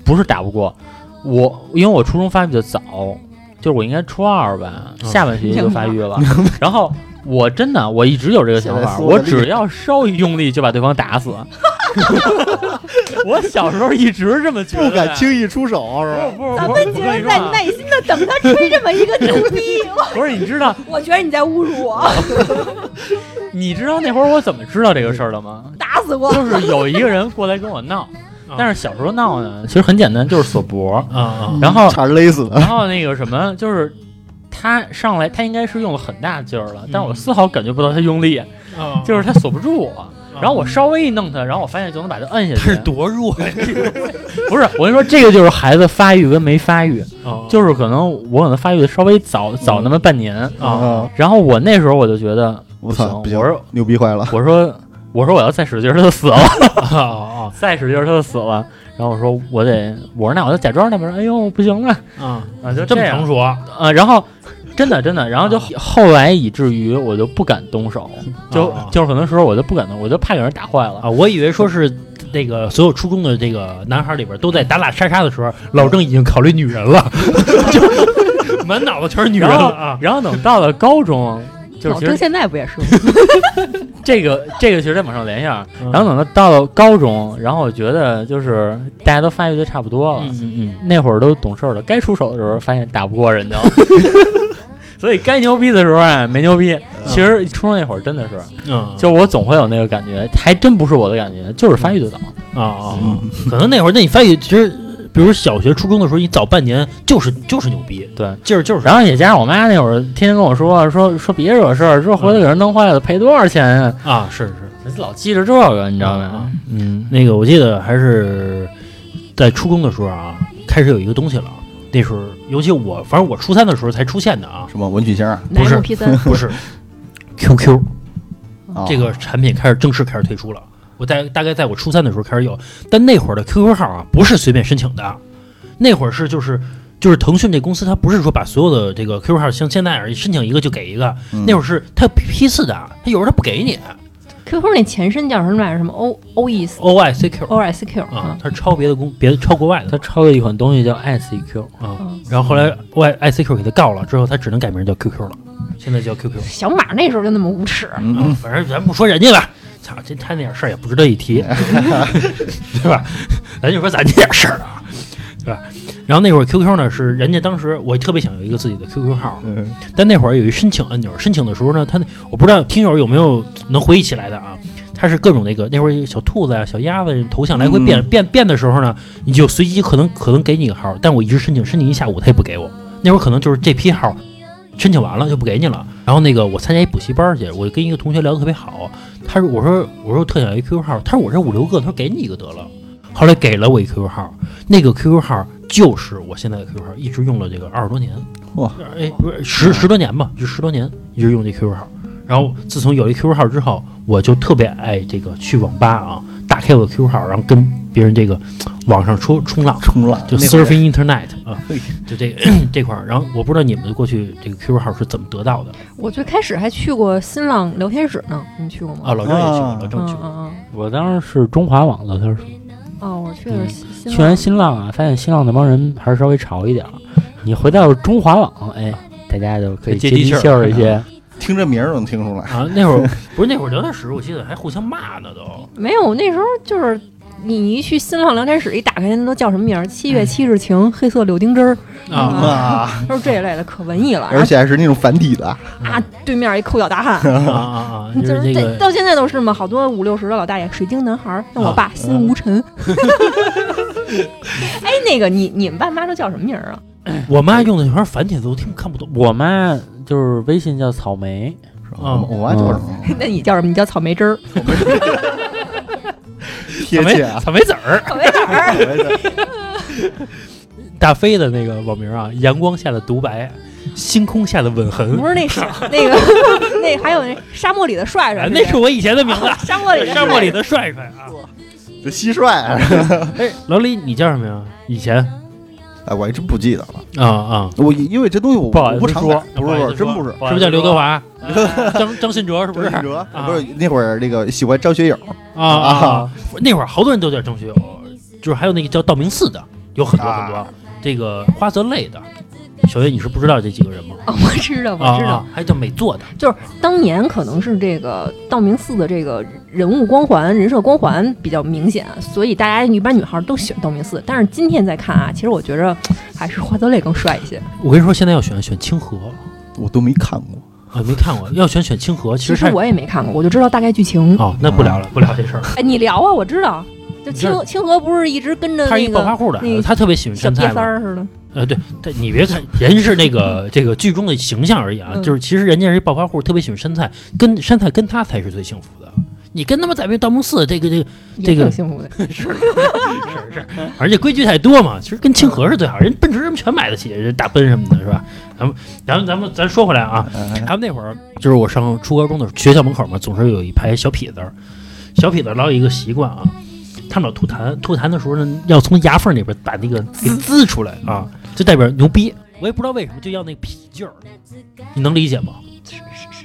不是打不过，我因为我初中发育的早，就是我应该初二吧，
哦
嗯
下半学期就发育
[laughs]
了，然后。我真的，我一直有这个想
现在
法，
说的
我
厉害
只要稍一用力就把对方打死。 [laughs] 我小时候一直这么觉得，
不敢轻易出手，是吧？
不是
咱
不
们
是，
竟
我跟
然
你说
在
啊，
耐心的等他吹这么一个牛逼，
不是你知道，
[laughs] 我觉得你在侮辱我，
啊你知道那会儿我怎么知道这个事儿的吗？
打死我！
[laughs] 就是有一个人过来跟我闹
啊，
但是小时候闹呢，其实很简单，就是锁脖，
啊啊
然后
差点勒死他。
[laughs] 然后那个什么，就是他上来，他应该是用了很大劲儿了，但我丝毫感觉不到他用力，
啊
就是他锁不住我。然后我稍微一弄他，然后我发现就能把他摁下
他
[laughs]
是
去。
多弱呀！
不是，我跟你说，这个就是孩子发育跟没发育，
是
就是可能我可能发育的稍微早早那么半年。
啊，
然后我那时候我就觉得，
我操，不
不
行
行，我说
牛逼
[laughs]
坏了。
我说我说我要再使劲儿，他就死了。
啊啊
再使劲儿他就死了。然后我说我得，我说那我就假装那边，哎呦不行了
啊！
啊，
[laughs]
就
这么
样
成熟啊，
啊。然后真的真的，然后就后来以至于我就不敢动手，就
啊
就是很多时候我就不敢动，我就怕给人打坏了。
啊，我以为说是那个所有初中的这个男孩里边都在打打杀杀的时候，老郑已经考虑女人了， [laughs] 就满脑子全是女人
然后
了啊！
然后等到了高中，就是
老
其
郑
实
现在不也是吗？
这个这个其实再往上联想，
嗯
然后等到到了高中，然后我觉得就是大家都发育的差不多了，
嗯嗯
那会儿都懂事儿了，该出手的时候发现打不过
[laughs]
人家了，所以该牛逼的时候啊没牛逼。其实初中那会儿真的是，
嗯，
就我总会有那个感觉，还真不是我的感觉，就是发育的早。
啊啊，可能那会儿，那你发现其实，比如小学、初中的时候，你早半年就是就是牛逼，
对，
劲儿就是
然后也加上我妈那会儿天天跟我说说说别惹事儿，说回来给人弄坏了赔多少钱啊，
啊，是是，
老记着这个，你知道
啊
吗？嗯，
那个我记得还是在初中的时候啊，开始有一个东西了，那时候尤其我，反正我初三的时候才出现的
[laughs]
啊，
什么文曲星啊？
不是
P 三，
不是 QQ。
啊
嗯这个产品开始正式开始推出了。我在大概在我初三的时候开始有，但那会儿的 QQ 号啊不是随便申请的，啊那会儿是就是就是腾讯这公司，它不是说把所有的这个 QQ 号像现在而已申请一个就给一个，那会儿是它有批次的，啊它有时候它不给你
QQ 那前身叫什么来着？什么 O O E
OICQ
O S Q 嗯
啊，它是抄别的公别的抄国外的
她抄了一款东西叫 ICQ，
啊
嗯，
然后后来 OICQ 给它告了之后，它只能改名叫 QQ 了，现在叫 QQ。
小马那时候就那么无耻，
嗯
嗯，
嗯
反正咱不说人家了，操，这他那点事儿也不值
[laughs]
得一提，对吧？咱就说咱这点事儿啊，对吧？然后那会儿 QQ 呢是人家当时我特别想有一个自己的 QQ 号，
嗯
但那会儿有一申请按钮，申请的时候呢，他那我不知道听友有没有能回忆起来的啊，它是各种那个那会儿有小兔子啊、小鸭子头像来回变、
嗯
变变的时候呢，你就随机可能可能给你个号，但我一直申请申请一下午，他也不给我。那会儿可能就是这批号申请完了就不给你了。然后那个我参加一补习班儿去，我跟一个同学聊得特别好，他说我说我说我特想要一 QQ 号，他说我这五六个，他说给你一个得了。后来给了我一 QQ 号，那个 QQ 号就是我现在的 QQ 号，一直用了这个二十多年。
哇！
哎，不是十十多年吧，就十多年一直用这 QQ 号。然后自从有一 QQ 号之后，我就特别爱这个去网吧啊，打开我的 QQ 号，然后跟别人这个网上冲冲浪。
冲浪 [laughs]
就
那会儿
surfing internet 啊
嘿，
就这 [coughs] 这块儿。然后我不知道你们过去这个 QQ 号是怎么得到的
我最开始还去过新浪聊天室呢，你去过吗？
啊？老郑也去过，
啊
老
嗯
郑去
嗯
过。
嗯，
我当时是中华网的，他说
哦，我去的
嗯
是新
去完新浪啊，发现新浪那帮人还是稍微潮一点儿。你回到中华网，哎，大家就可以
接
接
地
地
气儿
气儿一些。
听这名儿能听出来，
啊，那会儿不是那会儿聊天室，我记得还互相骂呢都。
没有，那时候就是你一去新浪聊天室，一打开那都叫什么名儿？七
嗯
月七日晴，黑色柳丁汁儿，
啊，
哇！
都是这一类的，可文艺了。
而且还是那种繁体的，
啊，对面一抠脚大汉，
啊啊啊！
[laughs]
[laughs] 就
嗯就是是
这
这
个
到现在都是嘛，好多五六十的老大爷，水晶男孩儿，
啊
像我爸新无
[laughs]
尘。哎，那个你你们爸妈都叫什么名儿啊？ [laughs]
我妈用的那盘繁体字我听看不懂。
我妈就是微信叫草莓，
啊
我妈叫什么？
那你叫什么？你叫草莓汁儿，
贴切啊！
草莓籽儿，
草莓汁儿。
[laughs] 大飞的那个网名啊，阳光下的独白，星空下的吻痕
不，
[laughs]
是那是那个那还有那沙漠里的帅
哎
帅，
那是我以前的名
[laughs]
字，
沙漠里的
沙漠里
的
的帅帅啊。
这蟋蟀，
哎，老李，你叫什么呀？以前
哎，我还真不记得了。
啊啊，
我因为这东西我
不好意思
不常
说
改，不是
好意
不是，
思
真
说
不是。
是不是叫刘德华？张张信哲是
不
不是？
哲
啊
不是那会儿那个喜欢张学友
啊啊！那会儿好多人都叫张学友，哦就是还有那个叫道明寺的，有很多很多。
啊
这个花泽类的，小月你是不知道这几个人吗？
哦，我知道，
啊
我知道
啊，，还有叫美作的，
当年可能是这个道明寺的这个人物光环、人设光环比较明显，所以大家一般女孩都喜欢道明寺。但是今天再看啊，其实我觉着还是花泽类更帅一些。
我跟你说，现在要选选清河
我都没看过。
啊，没看过，要选选清河，其
其
实
实
太
我也没看过，我就知道大概剧情。
哦，那不聊了，不聊这事儿了。
哎，你聊啊，我知道。就
你知道
清清河不是一直跟着
他是一
那
暴发
个
户的孩
那
子，
个
他特别喜欢
小
杉
瘪
菜
三
嘛。
儿似的？
呃，对，他你别看人是那个这个剧中的形象而已啊，
嗯
就是其实人家是一暴发户，特别喜欢杉菜，跟杉菜跟他才是最幸福的。你跟他们在那道明寺这个这个
也
这个
挺幸福的。
是是，而且规矩太多嘛，其实跟清河是最好，人奔驰什么全买得起，人大奔什么的，是吧？咱们咱们咱们咱说回来啊，
嗯
他们那会儿就是我上初高中的时候，学校门口嘛，总是有一排小痞子儿，小痞子儿老有一个习惯啊，他们老吐痰，吐痰的时候呢，要从牙缝里边把那个给滋出来啊，就代表牛逼。我也不知道为什么就要那痞劲儿，你能理解吗？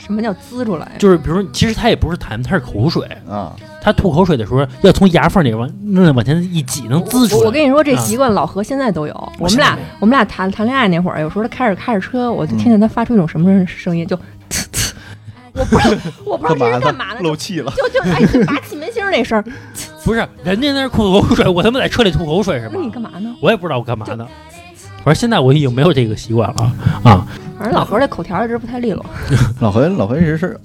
什么叫滋出来？啊
就是比如说，其实他也不是痰，他是口水，
啊，
他吐口水的时候要从牙缝里往那往前一挤，能滋出来。
我跟你说，这
啊
习惯老何现在都有。我们
现在
俩
没有嗯
我们俩谈谈恋爱那会儿，有时候他开着开着车，我就听见他发出一种什么声音，就呲呲。 [laughs] 我不知道，我不知道这是干嘛呢？
漏气了。
就就哎，就拔气门芯儿那声儿，
不是，人家那儿吐口水，我他妈在车里吐口水是
那你
吗？
干嘛呢？
我也不知道我干嘛呢。反正现在我已经没有这个习惯了
[laughs]
啊！
反正老何这口条一直不太利落。
老何，老何一直是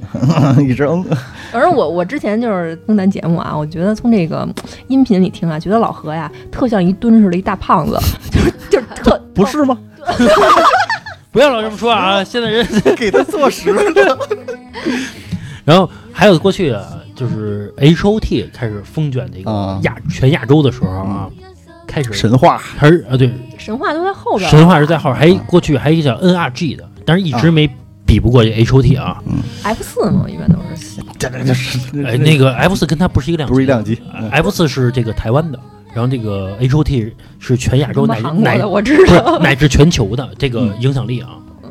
[laughs] 一直嗯，
反正我我之前就是听咱节目啊，我觉得从这个音频里听啊，觉得老何呀特像一蹲似的一大胖子，就是就是特
不是吗？
不要老这么说
[laughs]
啊！现在人，
给他坐实了。
然后还有过去啊，就是 H O T 开始风卷这个
[laughs] 啊嗯
亚全亚洲的时候啊，开始
神话
还是啊对，
神话都在后边儿。
神话是在后，还
嗯
过去还有一个叫 N R G 的，但是一直没比不过这 H O T 啊。
F 四嘛，一般都是。
这这就是
哎，那个哎 F 四跟它不是一个量级，
不是一量级。
F 四是这个台湾的，然后这个 H O T 是全亚洲
什么
乃
韩国
乃
的我知
不
道。
是乃至全球的这个影响力啊。
嗯，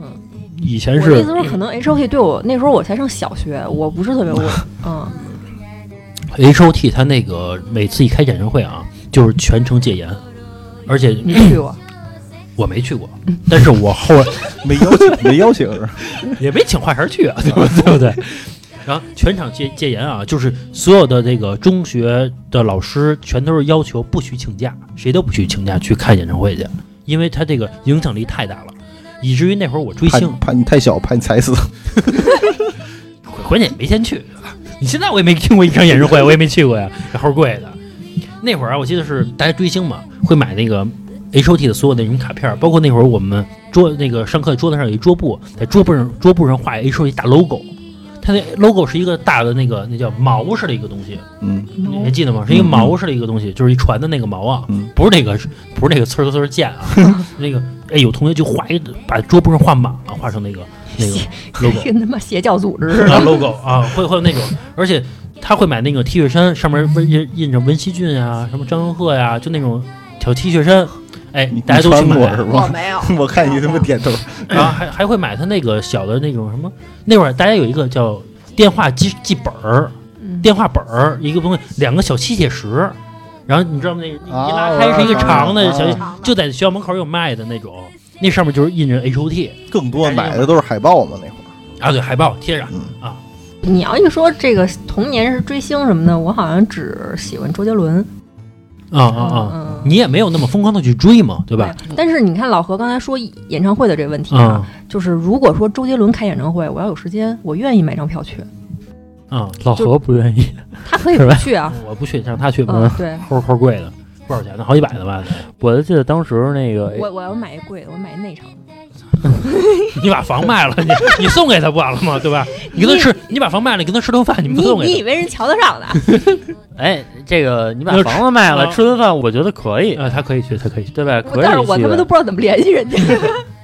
以前
我那
是
时候可能 H O T 对我那时候我才上小学，我不是
[laughs]
特别我嗯
H O T，它那个每次一开演唱会啊，就是全程戒严，而且
没去过。
我没去过，但是我后来
没邀请，没邀请是吧？
[laughs] 也没请华晨去啊，对不对？对不对？然后全场戒戒严啊，就是所有的这个中学的老师全都是要求不许请假，谁都不许请假去看演唱会去，因为他这个影响力太大了，以至于那会儿我追
怕
星
你，怕你太小，怕你踩死。
关键也没钱去。你现在我也没听过一场演唱会，我也没去过呀，齁贵的。那会儿啊，我记得是大家追星嘛，会买那个 H O T 的所有那种卡片儿，包括那会儿我们桌那个上课桌子上有一桌布，在桌布上桌布上画 H O T 大 logo，它那 logo 是一个大的那个那叫毛似的一个东西，
嗯，
你还记得吗？是一个毛似的一个东西，就是一船的那个毛啊，
嗯
不是那个不是那个呲儿呲儿剑
[laughs]
啊，那个哎有同学就画一把桌布上画满了，画成那个那个
[laughs]
logo。
跟他妈邪教组织似
[laughs]
啊
的。
logo 啊，会会有那种，而且他会买那个 T 恤衫，上面温印印着文熙俊啊，什么张恩赫呀、就那种小 T 恤衫，哎
你，
大家都去
你穿过
买
是，
我
吧？
没有，
[laughs] 我看你他妈点头，
然后还还会买他那个小的那种什么，那会儿大家有一个叫电话记记本儿，
嗯
电话本儿一个东西，两个小吸铁石，然后你知道吗？那
啊
一拉开是一个长的
我知
小
道，
啊
就在学校门口有卖的那种，那上面就是印着 H O T
更多买的都是海报嘛那会儿。
啊，对，海报贴上。
嗯，
你要一说这个童年是追星什么的，我好像只喜欢周杰伦。
啊啊啊！
嗯，
你也没有那么疯狂的去追嘛，对吧？
但是你看老何刚才说演唱会的这问题啊，
啊
就是如果说周杰伦开演唱会，我要有时间，我愿意买张票去。
啊，
老何不愿意，
他可以
是
不
吧
[laughs]
去啊，
我不去，让他去吧，
嗯，对
齁齁贵的，多少钱呢？好几百的吧？
[laughs]
[laughs]
我就记得当时那个
我我要买一贵的，我买内场。
你把房卖了，你你送给他不完了吗？对吧？你跟他吃，你把房卖了，你跟他吃顿饭，你
你
不送
你
给
以为人瞧得上的？
哎，这个你把
要吃
房子卖了，
啊
吃顿饭，我觉得可以
他？，呃，他可以去，他 [laughs] 可以去。
对吧？可以去的，
但是我他妈都不知道怎么联系人家。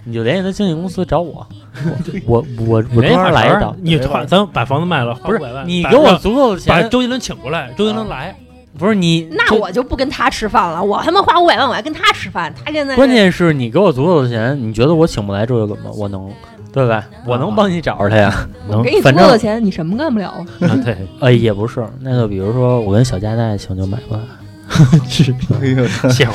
你就联系他经纪公司找 [laughs] 我，我我我
我
中间来一道，
你花咱们把房子卖了，
不是
花500万
你
把
给我足够的
把
钱，
周杰伦请过来，周杰伦来，
不是你
那我就不跟他吃饭了，我他妈花五百万我还跟他吃饭，他现在
关键是你给我足够的钱，你觉得我请不来周杰伦吗？我能，对吧？我能帮你找着他呀。
能
给你足
反
够的
正
钱，你什么干不了啊？
啊？对，
呃，也不是，那就比如说我跟小佳佳请就买吧。
哎 [laughs] 呦，
[laughs] 谢 [laughs] 谢我。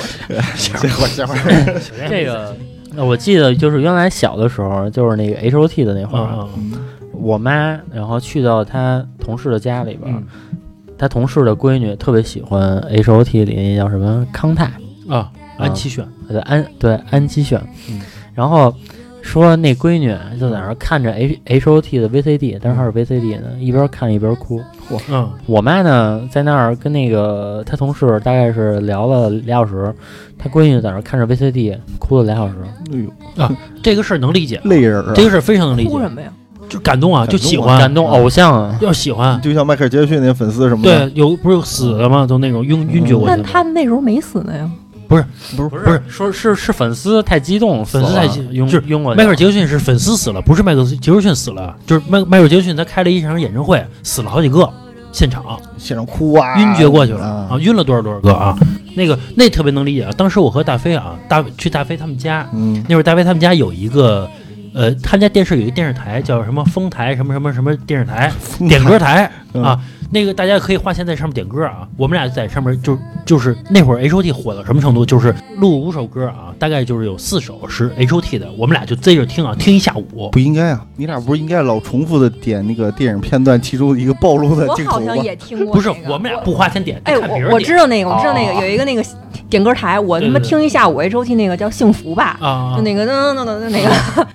歇会儿，歇会儿。
这个，呃我记得就是原来小的时候，就是那个 H O T 的那会儿，
嗯嗯
我妈然后去到她同事的家里边，
嗯
她同事的闺女特别喜欢 H O T 里那叫什么康泰，
嗯啊，安七炫
对安对安七炫，
嗯
然后说那闺女啊就在那儿看着 H H O T 的 V C D，但是她是 V C D 呢，一边看一边哭。
嗯
我妈呢在那儿跟那个她同事大概是聊了俩小时，她闺女在那儿看着 V C D 哭了俩小时。
哎呦，
这个事儿能理解，
累人啊
这！个事儿非常能理
哭什
解，
么呀？
就感动啊，
感
就
动
喜
啊
欢
感，动偶像啊！
要喜欢。
就像迈克尔·杰克逊那些粉丝什么的，
对，有不是有死的吗？都那种晕晕厥过去
但
的吗。
他们那时候没死呢呀。
不是
不
不
是说是是粉丝太激动死
粉
了，
丝太激
拥
就是
拥过去
迈克尔·杰克逊是粉丝死了，不是迈克尔·杰克逊死了，就是迈迈克尔·杰克逊他开了一场演唱会，死了好几个，现场
现场哭啊，
晕厥过去了
啊
啊，晕了多少多少个啊，那个那特别能理解啊。当时我和大飞啊，大去大飞他们家，
嗯，
那会儿大飞他们家有一个，呃，他们家电视有一个电视台叫什么丰台什么什么什么电视台点歌台
嗯
啊，那个大家可以花钱在上面点歌啊。我们俩在上面就就是那会儿 H O T 火到什么程度，就是录五首歌啊，大概就是有四首是 H O T 的，我们俩就追着听啊，听一下午。
不应该啊！你俩不是应该老重复的点那个电影片段其中一个暴露的
我
镜头啊
好像
吗？
也听过。
不是，我们俩。不花钱点，
哎，
看别人
我我
点
知道那个，我知道那个
哦
有一个那个点歌台，我他妈
对对对
听一下午 H O T 那个叫《幸福吧》，
啊，
就那个噔噔噔噔那个，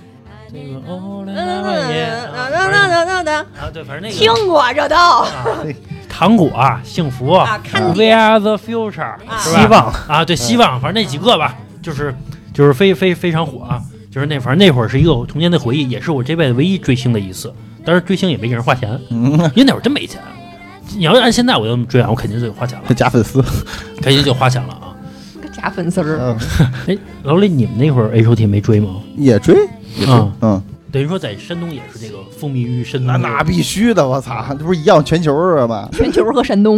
那个哦，来
噔
来来也啊反
噔
正
噔噔噔噔，
啊，对，反正那个
听过这都
啊，糖果啊，幸福
啊，看
，We
你
are the future，是吧
希望
啊，对，希望，反正那几个吧，就是就是非非非常火啊，就是那反正那会儿是一个我童年的回忆，也是我这辈子唯一追星的一次。当然追星也没给人花钱，
嗯，
因为那会儿真没钱。你要是按现在我就这么追啊，我肯定就得花
[laughs]
钱了
这，假粉丝，
肯定就花钱了啊。
假粉丝儿，
[laughs] 嗯
老李，你们那会儿 H O T 没追吗？
也追，也追
啊，
嗯，
等于说在山东也是这个风靡于山东
那
这个。
那必须的，我操，这不是一样全球是吧？
全球和
[laughs]
山东，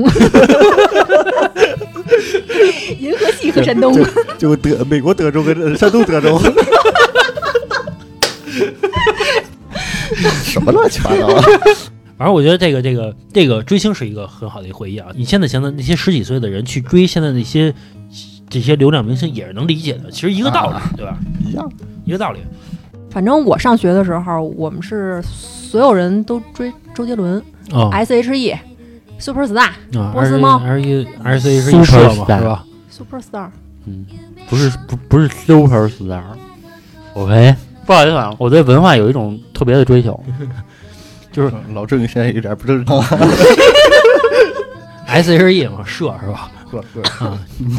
银河系和山东，
就就德美国德州跟山东德州， [laughs] 什么乱七八糟啊？
反正我觉得这个这个这个追星是一个很好的一个回忆啊！你现在想想，那些十几岁的人去追现在那些这些流量明星也是能理解的，其实一个道理，
啊
对吧？
一样，
一个道理。
反正我上学的时候，我们是所有人都追周杰伦、
哦
S.H.E、Superstar、
啊
波斯哎猫
，R E R C 是一社嘛，
Superstar
是吧？
Superstar，
嗯，不是不不是 super star。OK，不好意思啊，我对文化有一种特别的追求。
就是嗯老郑现在有点不正常，
啊
S H E 嘛，社是吧？
[laughs] 对对，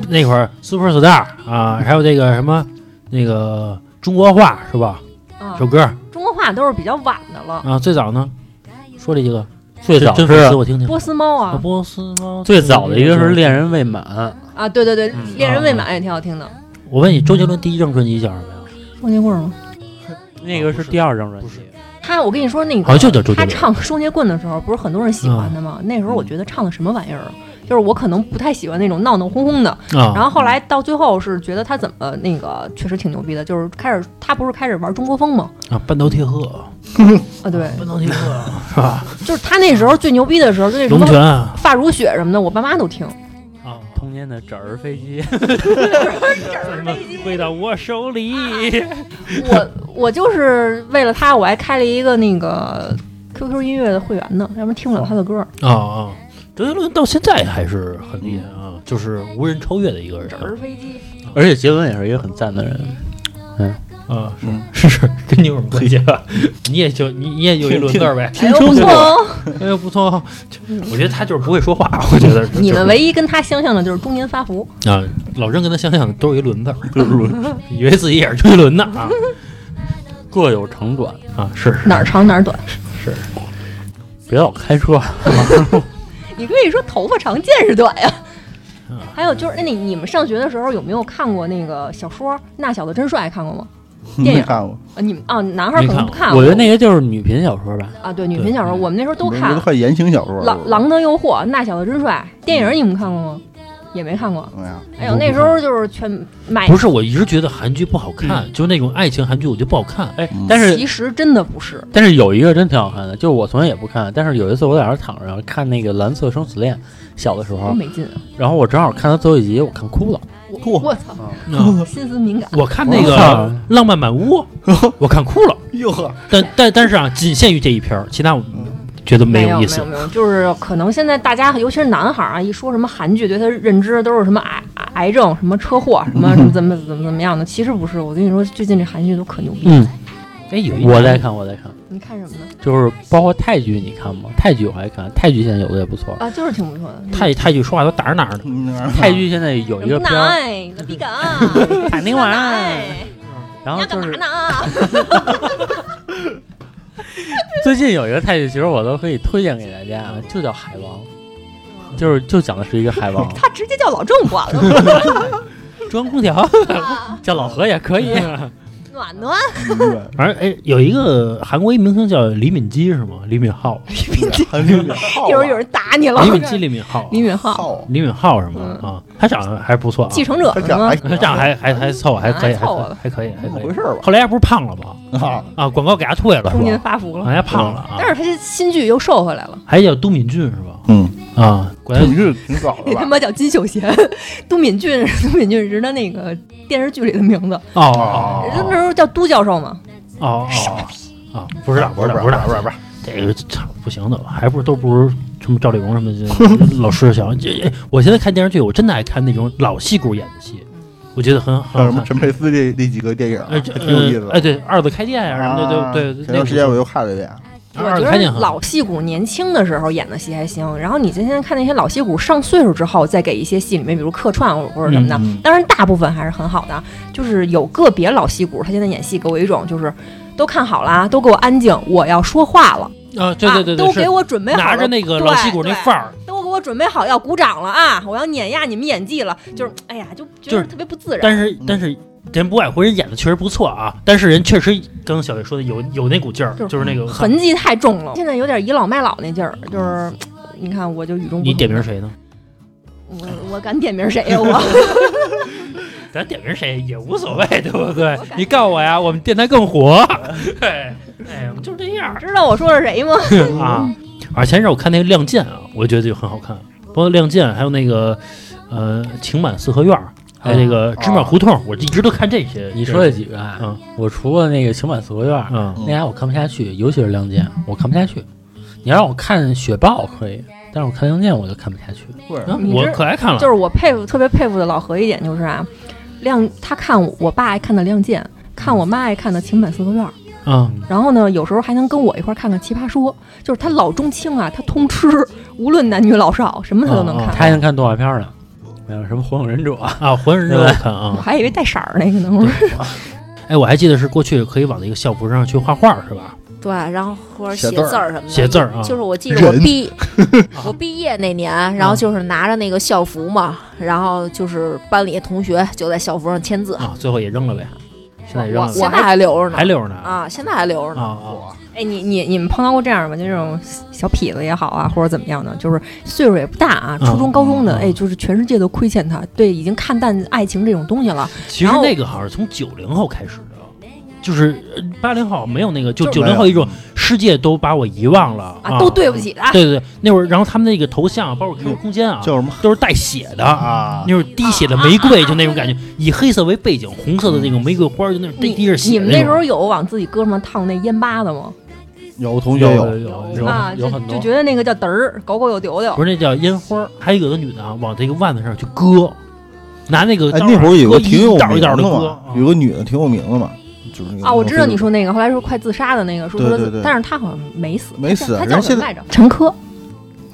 那会儿 Superstar 啊，还有这个什么那个中国话是吧？
啊
首，歌
中国话都是比较晚的了。
啊，最早呢，说这几个
最早
真粉丝，
是
我听听。
波斯猫
啊
啊
波斯猫
最早的一个是《恋人未满
啊，对对对，
嗯
恋人未
哦
满也挺好听的。
我问你，周杰伦第一张专辑叫什么呀？
双截棍吗？》，
那个是第二张专
不
辑
是。
他，我跟你说那
好像
个。
哦就叫周杰
他
伦。哦
唱双截棍的时候，不是很多人喜欢的吗？那时候我觉得唱的什么玩意儿啊，就是我可能不太喜欢那种闹闹哄哄的，
啊，
然后后来到最后是觉得他怎么那个确实挺牛逼的，就是开始他不是开始玩中国风吗？
啊，半岛铁盒，
啊，对，
半岛铁 [laughs] 盒是吧？
就是他那时候最牛逼的时候，就那什
龙
么
泉啊，
发如雪什么的，我爸妈都听。
[laughs] 啊
童年的纸儿飞机，
怎么回到我手里？
我我就是为了他，我还开了一个那个 QQ 音乐的会员呢，要不然听不了他的歌。
啊啊，周杰伦到现在还是很厉害啊，就是无人超越的一个人
飞机，
而且杰伦也是一个很赞的人。
啊，
嗯
[laughs] 是是，跟你有什么关系啊？ [laughs] 你也就你你也有一轮子儿 [laughs] 呗，
哎呦不错哦。
哎呦不错 [laughs] 哦，就我觉得他就是不会说话，我觉得
你们
为
唯一跟他相像的就是中年发福，
啊，老郑跟他相像的都是一 [laughs] 轮子儿，以为自己也是周杰伦呢 [laughs] 啊
各有长短，
啊是
哪儿长哪儿短。
别老开车。
你可以说头发长见识短呀。还有就是，那你你们上学的时候有没有看过那个小说《那小子真帅》？看过吗？电
没
影
看过，
啊，你们啊，男孩儿可能不看。
我觉得嗯那个就是女频小说吧，
啊，对，女频小说，
对
我们那时候都
我
看
都
《
快言情小说了。
狼狼的诱惑》《那小子真帅》电影，你们看过吗？也没看过。
哎呀，
哎呦，那时候就是全买
不，是，我一直觉得韩剧不好看，就是那种爱情韩剧，我觉得不好看。
哎
嗯，
但是
其实真的不是。
但是有一个真挺好看的，就是我从来也不看，但是有一次我在那儿躺着看那个《蓝色生死恋》，小的时
多
候，
没劲啊！
然后我正好看到最后一集，我看哭了。
我我操，
啊
心思敏感。
我看那个
哇
《浪漫满 [laughs] 屋》，我看哭了，
哟呵，
但但但是啊，仅限于这一篇儿，其他我觉得
没
有
有
意
没
思
有。没有，就是可能现在大家，尤其是男孩儿啊，一说什么韩剧，对他认知都是什么癌癌症、什么车祸、什么什么怎么怎么怎么样的。其实不是，我跟你说，最近这韩剧都可牛逼。
嗯，
哎，有一
我
年
在看，我在看，
你看什么呢？
就是包括泰剧，你看吗？泰剧我还看，泰剧现在有的也不错。
啊，就是挺不错的。
泰泰剧说话都打着哪儿呢？
嗯那
[laughs]
玩意儿
泰剧现在有一个
不
片儿，
奶，那逼敢，
海内
奶，
玩，然
你
后
要干
就
嘛
是
呢？
最近有一个泰剧，其实我都可以推荐给大家啊，就叫《海王》，
嗯
就是就讲的是一个海
[laughs]，
王
他直接叫老郑管了，
中央空调
啊
[laughs]
叫老何也可以。啊
暖暖。
明白
反正哎，有一个韩国一明星叫李敏基是吗？李敏
[laughs]
镐，
韩流给耗
一会儿
了
有人打你了。
李敏基，李敏镐，啊
李敏镐，
耗了，
李敏镐是吗？啊，他长得还不错啊，
继承者
啊他
是
长
吗
得？
他 [laughs] 长得还还还凑合，还可以，还
还凑合
可以还可以，还
怎么
可
回
以。
事儿吧？
后来不是胖了吗？
啊，
啊，广告给他退了是
中年
吧？
发福
好
了，
像胖了啊
但，是他这新剧又瘦回来了。
还叫都敏俊是吧？
嗯，
啊，果然
你是挺早的
那他
吧？
妈叫金秀贤， [laughs] 都敏俊， [laughs] 都敏俊是他那个电视剧里的名字，
哦哦
人家那时候叫都教授嘛。
哦哦哦啊，不知道不知道不知道
[laughs] 不是不是，
这个操不行的，还不是都不如什么赵丽蓉什么
[laughs]
的老师想。这这我现在看电视剧，我真的爱看那种老戏骨演的戏，我觉得很
像
很
什
好
么
看。
陈佩斯这那几个电影啊，
哎，
还
这
挺有意思
呃哎，
的。啊
对，二次开店呀、什么的，对啊对，
前段时间我
我
又看了一遍，
我
二次
觉
开
得
店很好
老戏骨年轻的时候演的戏还行，然后你今天看那些老戏骨上岁数之后，再给一些戏里面，比如客串或者什么的，
嗯嗯
当然大部分还是很好的，就是有个别老戏骨他现在演戏给我一种就是。都看好了啊，都给我安静！我要说话了，
啊，对对对对，
啊，都给
是
我准备好了，
拿着那个老戏骨那
对
范儿，
都给我准备好要鼓掌了啊！我要碾压你们演技了，就是哎呀，就觉
就是
得特别不自然。
但
嗯
是但是人不外乎人演的确实不错啊，但是人确实刚刚小月说的有有那股劲儿，
就是
就是那个
痕迹太重了，现在有点倚老卖老那劲儿，就是你看我就与众不同。
你点名谁呢？
我，我敢点名谁呀？
[laughs]
我
咱点名谁也无所谓，对不对
感？觉
你告我呀，我们电台更火。
嗯
[laughs] 对，哎，我们就是这样。
知道我说是谁吗？
啊。而前一阵我看那个《亮剑》啊，我觉得就很好看，包括《亮剑》，还有那个呃《情满四合院》，还有那
啊
个《芝麻胡同》，我一直都看这些。
你说这几个啊？
嗯
我除了那个《情满四合院》，
嗯
那俩我看不下去，尤其是《亮剑》，我看不下去。
你让我看雪豹可以，但是我看杨健我就看不下去。
嗯
会
啊
你
我
这
可爱看了，
就是我佩服，特别佩服的老何一点就是啊，亮他看我我爸爱看的《亮剑》，看我妈爱看的《情感四合院》，
啊，
然后呢，有时候还能跟我一块儿看看《奇葩说》，就是他老中青啊，他通吃，无论男女老少，什么他都能
哦哦
看。
他还能看动画片儿呢，没有什么《火影忍者》
啊，火影忍
嗯
者我看啊
我，还以为带色儿那个呢，我说
哎，我还记得是过去可以往那个校服上去画画是吧？
对，然后或者
写
写
字儿
字儿什么的，
写字儿啊
就是我记得我
人
[laughs]
毕我毕业那年，然
啊
后就是拿着那个校服嘛，然后就是班里同学就在校服上签字，
啊，最后也扔了呗，现在也扔
我
了
现在还留着呢
还留着呢
啊，现在还留
啊
着呢。
啊！
哎，你你你们碰到过这样吗？就这种小痞子也好啊，或者怎么样的，就是岁数也不大啊，
嗯
初中高中
嗯
的，
嗯
哎，就是全世界都亏欠他，对，已经看淡爱情这种东西了。
其实那个好像是从九零后开始的，就是呃八零后没有那个，就九零后一种世界都把我遗忘了
啊，都对不起他。
对对对，那会儿然后他们那个头像，包括 QQ 空间啊，
叫什么
都是带血的
嗯啊？
那种滴血的玫
啊
瑰，就那种感觉，以黑色为背景，红色的那种玫瑰花，就那种滴
你
滴着血
你
的
们
那
那时候
种。
有往自己胳膊上烫那烟巴子吗？
有同学
有
有，
有
啊，
有
就
有很
就
多，
觉得那个叫嘚儿，狗狗有丢丢
不。是那叫烟花儿，还有有的女的啊，往这个腕子上去割，拿那个
哎，
刀
那会儿有个
割
挺有
一
名
道一道
的
的割啊
嘛，，有个女的挺有名的嘛，就是那个
啊，我知道你说那个，后来说快自杀的那个，说
对
说
对对，
但是他好像没死，
没死
他
人
叫
家
什
现
么
在
来着？陈珂，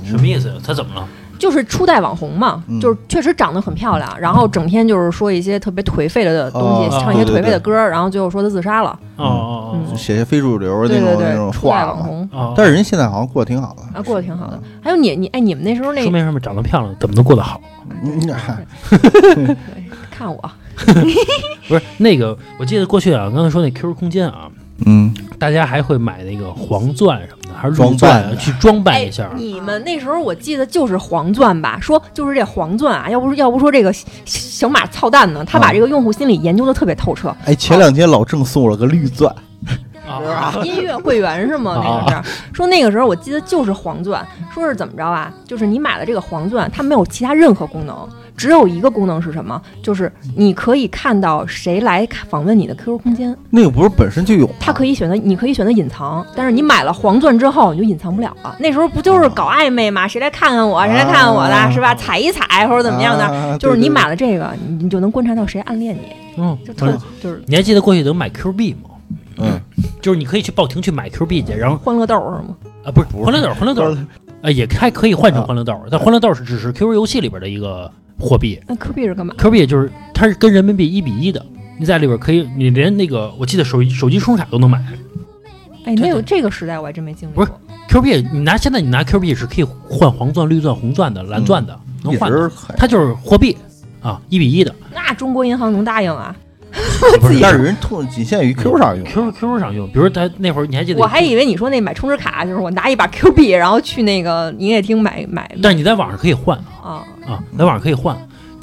什么意思？他怎么了？
就是初代网红嘛，
嗯
就是确实长得很漂亮，然后整天就是说一些特别颓废的东西，
哦
唱一些
对对
颓废的
对
歌，然后最后说他自杀了。
哦
嗯
哦
嗯
哦
写些非主流
对
那
对
种
对
那种，
初代
话
网
嘛，
红
哦，
但是人家现在好像过得挺好的
啊，过得挺
嗯
好的。还有你你哎，你们那时候那
说明什么？长得漂亮怎么能过得好？
嗯，嗨
哎看我
不是那个，我记得过去啊，刚才说那 QQ 空间啊，
嗯，
大家还会买那个黄钻什么的，还是绿
装
钻
扮
啊
的
去装扮
哎
一下，。啊
你们那时候我记得就是黄钻吧，说就是这黄钻啊，要不是要不说这个小小马操蛋呢，他把
啊
这个用户心理研究的特别透彻。
哎，前两天老郑送我了个绿钻，
啊
音乐会员是吗？
啊
那个是说那个时候我记得就是黄钻，说是怎么着啊？就是你买了这个黄钻，它没有其他任何功能，只有一个功能是什么？就是你可以看到谁来访问你的 QQ 空间，
那个不是本身就有吗，
它可以选择，你可以选择隐藏，但是你买了黄钻之后你就隐藏不了了。那时候不就是搞暧昧吗？谁来看看我，谁来看看我的，
啊
是吧？踩一踩或者怎么样的，
啊
就是你
对对
买了这个，你你就能观察到谁暗恋你，
嗯，
就
不
特
是
就是
你还记得过去能买 Q 币吗？
嗯，
就是你可以去报亭去买 Q 币去，然后
欢乐豆是吗？
啊，不是欢乐豆，欢乐豆，
嗯
啊，也还可以换成欢乐豆，但欢乐豆是只是 QQ 游戏里边的一个货币
那 Q 币是干嘛？
，Q 币就是它是跟人民币一比一的，你在里边可以，你连那个我记得手机手机充卡都能买
哎，那有这个时代我还真没经历
不
过
是。，Q 币你拿现在你拿 Q 币是可以换黄钻、绿钻、红钻的、蓝钻的，能
也
换的，
是可以，
它就是货币啊，一比一的，
那中国银行能答应啊？
不是嗯
但是人通仅限于 Q 上用，
Q Q 上用，比如他那会儿你还记得，
我还以为你说那买充值卡就是我拿一把 Q 币，然后去那个营业厅买买
但是你在网上可以换
啊。
啊，在网上可以换。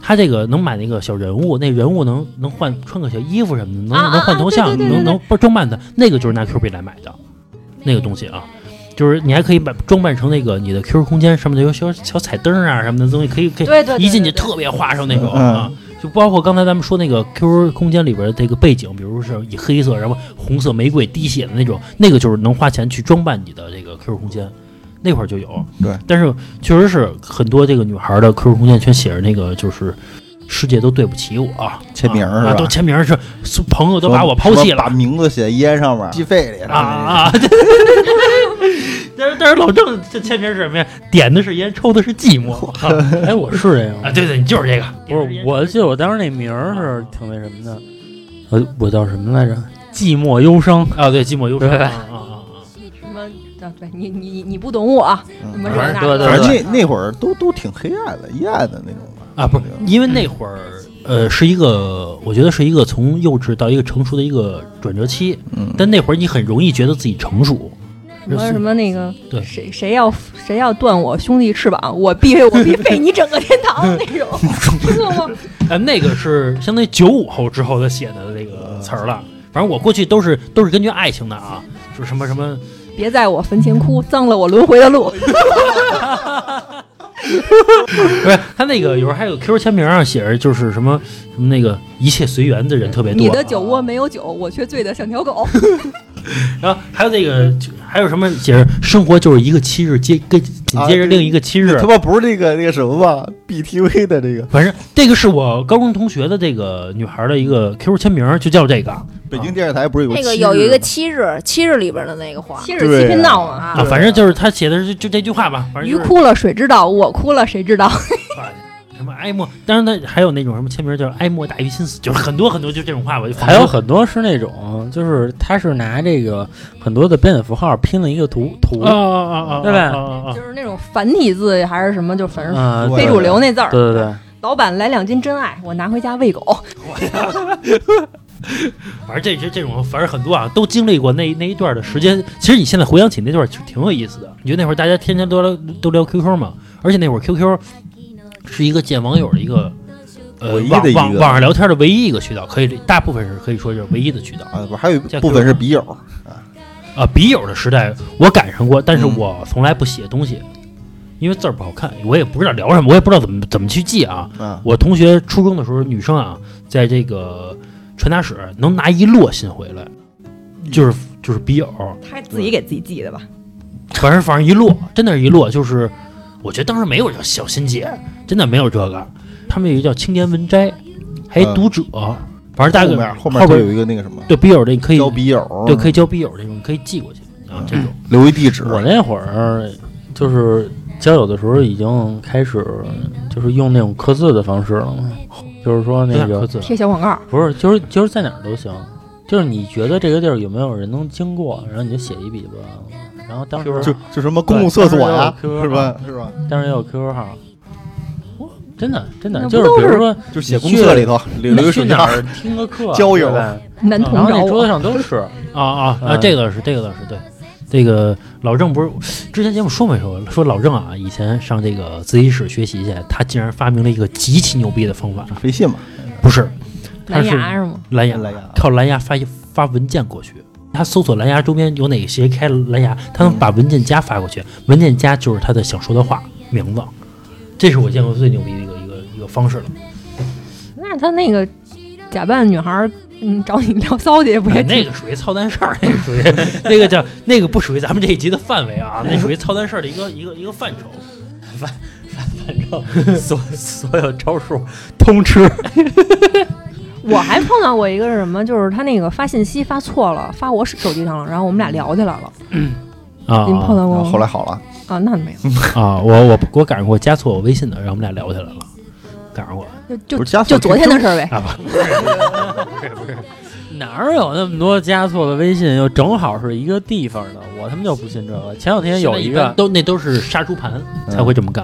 他这个能买那个小人物，那人物能能换穿个小衣服什么的，能、
啊啊啊
能换头像，
对对对
能能不装扮的，那个就是拿 Q 币来买的，那个东西啊，就是你还可以把装扮成那个你的 Q 空间上面的有小小彩灯啊什么的东西，可以可以
对对对
一进去
对对
特别花哨那种
嗯
啊。就包括刚才咱们说那个 QQ 空间里边的这个背景，比如是以黑色，然后红色玫瑰滴血的那种，那个就是能花钱去装扮你的这个 QQ 空间，那会儿就有。
对，
但是确实是很多这个女孩的 QQ 空间全写着那个就是世界都对不起我，
签名
啊
是
啊
吧
都签名是是朋友都把我抛弃
什么
了
把名字写烟上面，鸡肺里
啊啊！对 [laughs] 但是但是老郑这签名是什么呀？点的是烟，抽的是寂寞
[laughs]
啊！
哎，我是这样吗，
对对，你就是这个，
不是，我记得我当时那名儿是挺那什么的，呃我我叫什么来着？寂寞忧伤。
啊，对寂寞忧伤
对
啊啊啊啊！
什么？啊，对你你你你不懂我啊，
嗯
什么
嗯
这那
对
的
对
反正
对
那那会儿都都挺黑暗的，阴暗的那种吧。
啊，不是，因为那会儿，呃，是一个，我觉得是一个从幼稚到一个成熟的一个转折期。
嗯，
但那会儿你很容易觉得自己成熟，
什么什么那个
对
谁谁要谁要断我兄弟翅膀，我必 [laughs] 我必废你整个天堂那种，知道吗？
呃，那个是相当于九五后之后他写的这个词儿了。反正我过去都是都是根据爱情的啊，就是什么什么
别在我坟前哭，脏了我轮回的路。
不是他那个有时候还有 QQ 签名上写着就是什么什么那个一切随缘的人特别多，啊
你的酒窝没有酒，我却醉得像条狗。
然后还有那个就还有什么写着生活就是一个七日接跟紧接着
啊对
另一个七日，
他妈不是那个那个什么吧？BTV 的这个
反正这个是我高中同学的这个女孩的一个 QQ 签名，就叫这个啊，
北京电视台不是有
那
个
个
七
有一
日
个
吗
七日，七日里边的那个花
七十七频道嘛，
啊，
反正就是他写的是就这句话吧，反正
鱼
就是
哭了谁知道，我哭了谁知道。
什么哀莫，当然他还有那种什么签名叫哀莫大于心死，就是很多很多就这种话吧，就
还有很多是那种，就是他是拿这个很多的标点符号拼了一个图图，
啊啊啊啊，
对吧
啊啊啊
就是那种繁体字还是什么，就反正
啊，
对
非主流那字儿。
对对对，
老板来两斤真爱，我拿回家喂狗。
反正这这这种，反正很多啊，都经历过那那一段的时间。其实你现在回想起那段，其实挺有意思的。你觉得那会儿大家天天都聊都聊 QQ 嘛，而且那会儿 QQ 是一个见网友的一个呃
唯一的
网
一个
网网上聊天的唯一一个渠道，可以大部分是可以说就是唯一的渠道
啊，不是还有一
叫
部分是笔友，
啊。笔友的时代我赶上过，但是
嗯
我从来不写东西，因为字儿不好看，我也不知道聊什么，我也不知道怎么怎么去记啊。
啊，
我同学初中的时候，女生啊，在这个传达室能拿一摞信回来，
嗯
就是就是笔友，
他自己给自己记的吧？
反正反正一摞，真的是一摞，就是我觉得当时没有这小心结，真的没有这个。他们有一个叫青年文摘，还有
嗯
读者，反正大
后
概
面后
后
面
边
会有一个那个什么
对笔友的你可以
交笔友，嗯
对可以交笔友这种可以寄过去啊这种。
留一地址，
我那会儿就是交友的时候已经开始就是用那种刻字的方式了嘛，就是说那
刻
个
字
贴小广告，
不是就是就是在哪儿都行，就是你觉得这个地儿有没有人能经过，然后你就写一笔吧。然后当时
就就什么公共厕所呀，
啊
对
是吧？是吧？
当时也有 QQ 号，我真的真的
那不
就是
都
比如
是
说
就写公厕里头留
你
[laughs] 留一
去
手机
哪
号，
儿听个课，啊
交友
对吧
男同
嗯然
找
后那桌
我
子。上都是，
啊啊啊！
嗯
这个是这个倒是对，这个老郑不是之前节目说没说说老郑啊，以前上这个自习室学习去，他竟然发明了一个极其牛逼的方法，
微信嘛，
不是他
蓝
是
牙是吗？
嗯蓝牙，啊
蓝牙
靠蓝牙发发文件过去。他搜索蓝牙周边有哪些开蓝牙，他能把文件夹发过去。文件夹就是他的想说的话名字，这是我见过最牛逼的一个一个一个方式了。
那他那个假扮女孩儿，嗯，找你聊骚去不也
哎，
挺
那个属于操蛋事儿，那个属于 [laughs] 那个叫那个不属于咱们这一集的范围啊，那属于操蛋事儿的一个一个一个范
[laughs]
畴。
反正所所有招数通吃。
我还碰到过一个是什么，就是他那个发信息发错了，发我手机上了，然后我们俩聊起来了。
[laughs] 啊
您碰到
然
过
后
吗？
后来好了，
啊，那没有，
啊！我我我赶上过加错我微信的，然后我们俩聊起来了，赶上过
就
不
就是
加
就昨天的事儿呗。
啊不是不是
[laughs] 哪儿有那么多加错的微信，又正好是一个地方的？我他妈就不信这个。前两天有
一般
个嗯
都那都是杀猪盘才会这么干，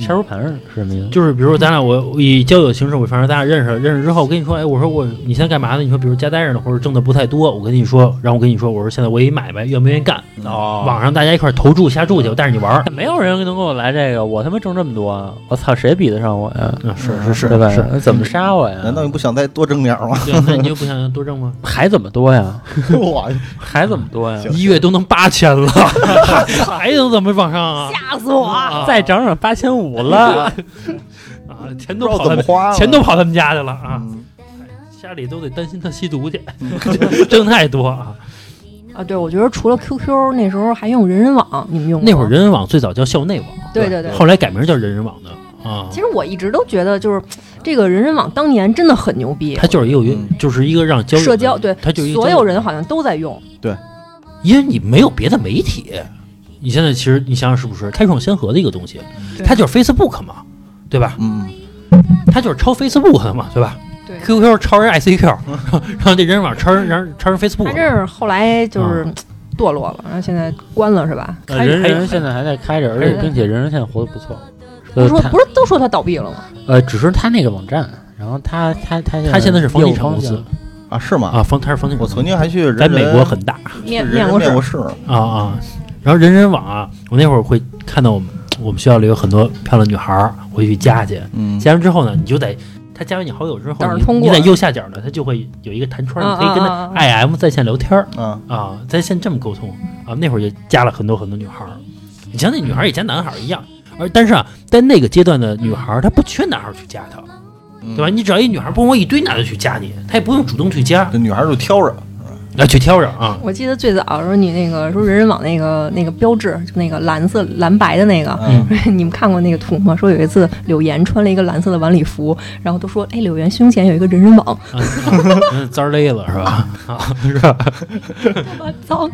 杀猪盘是什么意思？
就是比如说咱俩我我以交友形式，我反正咱俩认识了，认识之后我跟你说，哎，我说我你现在干嘛呢？你说比如家待着呢，或者挣的不太多，我跟你说，然后我跟你说，我说现在我有一买卖，愿不愿意干？
哦，
啊
网上大家一块儿投注下注
嗯
去，我带着你玩儿。
没有人能跟我来这个，我他妈挣这么多，啊我操，谁比得上我呀？
啊，是
是是
对吧？
是，
怎么杀我呀？
难道你不想再多挣点
[laughs]
儿吗？
对，那你又不想多挣吗？
还怎么多呀？
我
还怎么多呀？
一月都能八千
[laughs]
了，还能怎么往上啊？
吓死我！
再涨涨八千五了，
啊，钱
不
都
知
跑
道
他
怎么
们，
花了，
钱都跑他们家去了啊！
嗯
家里都得担心他吸毒 [laughs] 去，挣太多啊！
啊，对，我觉得除了 QQ，那时候还用人人网，你们用过吗
那会儿人人网最早叫校内网，
对对对
嗯
后来改名叫人人网的啊
其。实我一直都觉得，就是这个人人网当年真的很牛逼
它，就是一个，
嗯
就是一个让交友
社交对，
它就是一个
所
交
有
友，
人好像都在用。
因为你没有别的媒体，你现在其实你想想是不是开创先河的一个东西？它就是 Facebook 嘛，对吧？
嗯，
它就是抄 Facebook 的嘛，对吧？
对
QQ 超人 ICQ，然
[laughs]
后这人人网超人，人超人 Facebook，
他这是后来就是
嗯
堕落了，然后现在关了是吧？
呃
还
人
还
人现在还在开着，而且
还
并且人人现在活得不错。
不
呃
是说
他
不是都说他倒闭了吗？
呃，只是他那个网站，然后他他他
他现在是房地
业务
产
方
公司
向
啊是吗？
啊，房他是房地产公
我
司，
曾经还去人
在美国
人
很大
面
人
面
人
过试
面，过试，
啊啊。然后人人网啊，我那会儿会看到我们我们学校里有很多漂亮女孩儿，我会去加去，
嗯，
加完之后呢，你就得他加完你好友之
等
后，
着
你
通
你
过
在右下角呢，他就会有一个弹窗，
啊
你可以跟
啊
他
啊啊
IM 在线聊天儿
啊，
啊，在线这么沟通啊。那会儿就加了很多很多女孩儿，你像那女孩儿也加男孩儿一样，而但是啊，在那个阶段的女孩儿，她不缺男孩儿去加她，
嗯
对吧？你只要一女孩儿，不我一堆男的去加你，她也不用主动去加，
这女孩儿就挑着，啊
来去挑着 [laughs] 啊。
我记得最早的时候，你那个说人人网那个那个标志，就那个蓝色蓝白的那个，
嗯，
[laughs] 你们看过那个图吗？说有一次柳岩穿了一个蓝色的晚礼服，然后都说，哎，柳岩胸前有一个人人网，
啊啊滋儿勒了是吧？ [laughs] 啊，是吧？
[laughs] 我操！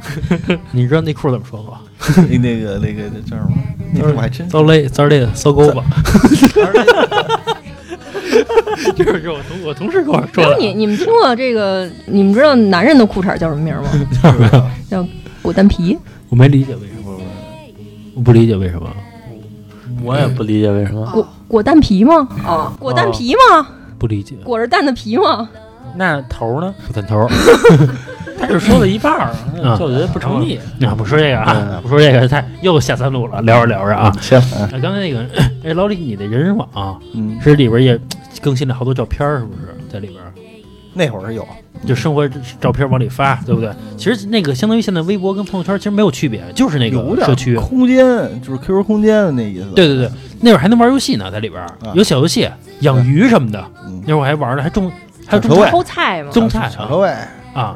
你知道内裤怎么说吗？
[laughs] 那那个那个叫什么？那个我还真
滋儿勒，滋儿勒，搜狗 [laughs] 吧。这是我同我同事跟我说的，
你你们听过这个？你们知道男人的裤衩叫什么名吗？叫果丹皮。
我没理解为什么，我不理解为什么。
我也不理解为什么。
果果蛋皮吗？啊，果蛋皮吗？
不理解，
裹着蛋的皮吗？
嗯那头呢？
不点头。
他只说了一半儿，
嗯
就觉得不成立。
啊，不说这个啊，不说这个，太又下三路了，聊着聊着 [laughs] 啊。
行，
啊，刚才那个， [clears throat] 哎，老李，你的人人网、啊、
嗯，
是里边也更新了好多照片儿，是不是在里边儿？
那会儿有，
就生活照片往里发，对不对？其实那个相当于现在微博跟朋友圈其实没有区别，就是那
有
个
点
社区。
空间，就是 QQ 空间的那意思。
对对对，那会儿还能玩游戏呢，在里边儿有小游戏，养鱼什么的。
啊嗯，
那会儿还玩了，还种还种
小车位
菜
偷菜吗？
种菜
小车位
啊，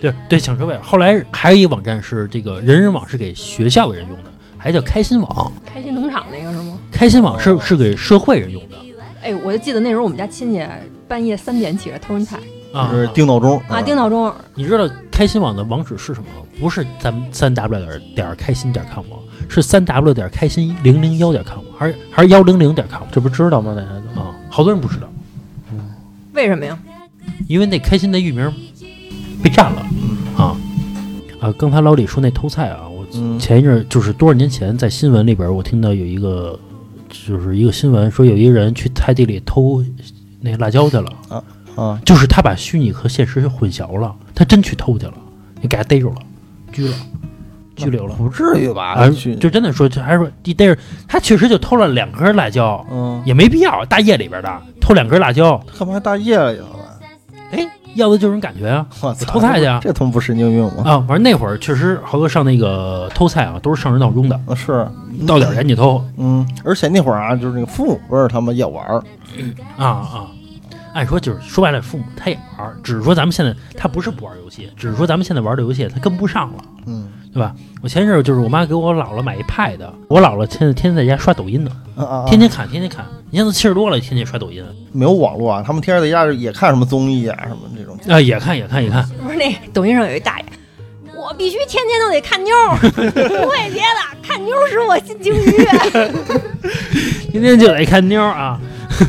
对对，抢车位。后来还有一个网站是这个人人网，是给学校的人用的，还叫开心网。
开心农场那个是吗？
开心网是是给社会人用的
哎，我就记得那时候我们家亲戚半夜三点起来偷人菜
啊
就。是定闹钟嗯
啊，定闹钟。
你知道开心网的网址是什么吗？不是咱们三 w 点儿点儿开心点儿 com 吗？是三 w 点儿开心零零幺点儿 com，还是还是幺零零点儿 com
这不知道吗？大家都
啊？好多人不知道，
为什么呀？
因为那开心的域名被占了啊啊！刚才老李说那偷菜啊，我
嗯
前一阵儿就是多少年前在新闻里边儿，我听到有一个就是一个新闻说有一个人去菜地里偷那辣椒去了。
啊，
就是他把虚拟和现实混淆了，他真去偷去了，你给他逮住了，拘了，拘留了。
不至于吧？
啊，
去
就真的说，就还是说一逮着他，确实就偷了两根辣椒，
嗯，
也没必要，大夜里边的偷两根辣椒，
干嘛还大夜了去了吧？
哎，要的就是这种感觉啊
我操，
偷菜去啊！
这他妈不神经病吗？
啊，反正那会儿确实豪哥上那个偷菜啊，都是上人闹钟的，
啊是，
到点儿赶紧偷
嗯，而且那会儿啊，就是那个父母辈儿他们也玩儿，
啊啊。按说就是说白了，父母他也玩儿，只是说咱们现在他不是不玩儿游戏，只是说咱们现在玩儿的游戏他跟不上了。
嗯
我前一阵儿就是我妈给我姥姥买一 pad，我姥姥现在天天在家刷抖音呢，
啊啊，啊
嗯天天看，天天看。你现在都七十多了，天天刷抖音
没有网络啊，他们天天在家也看什么综艺啊，什么这种。
啊，也看也看也看。
不是那抖音上有一大爷，我必须天天都得看妞儿，不会别的，看妞儿使我心情愉悦。 [laughs]
天天就得看妞儿啊，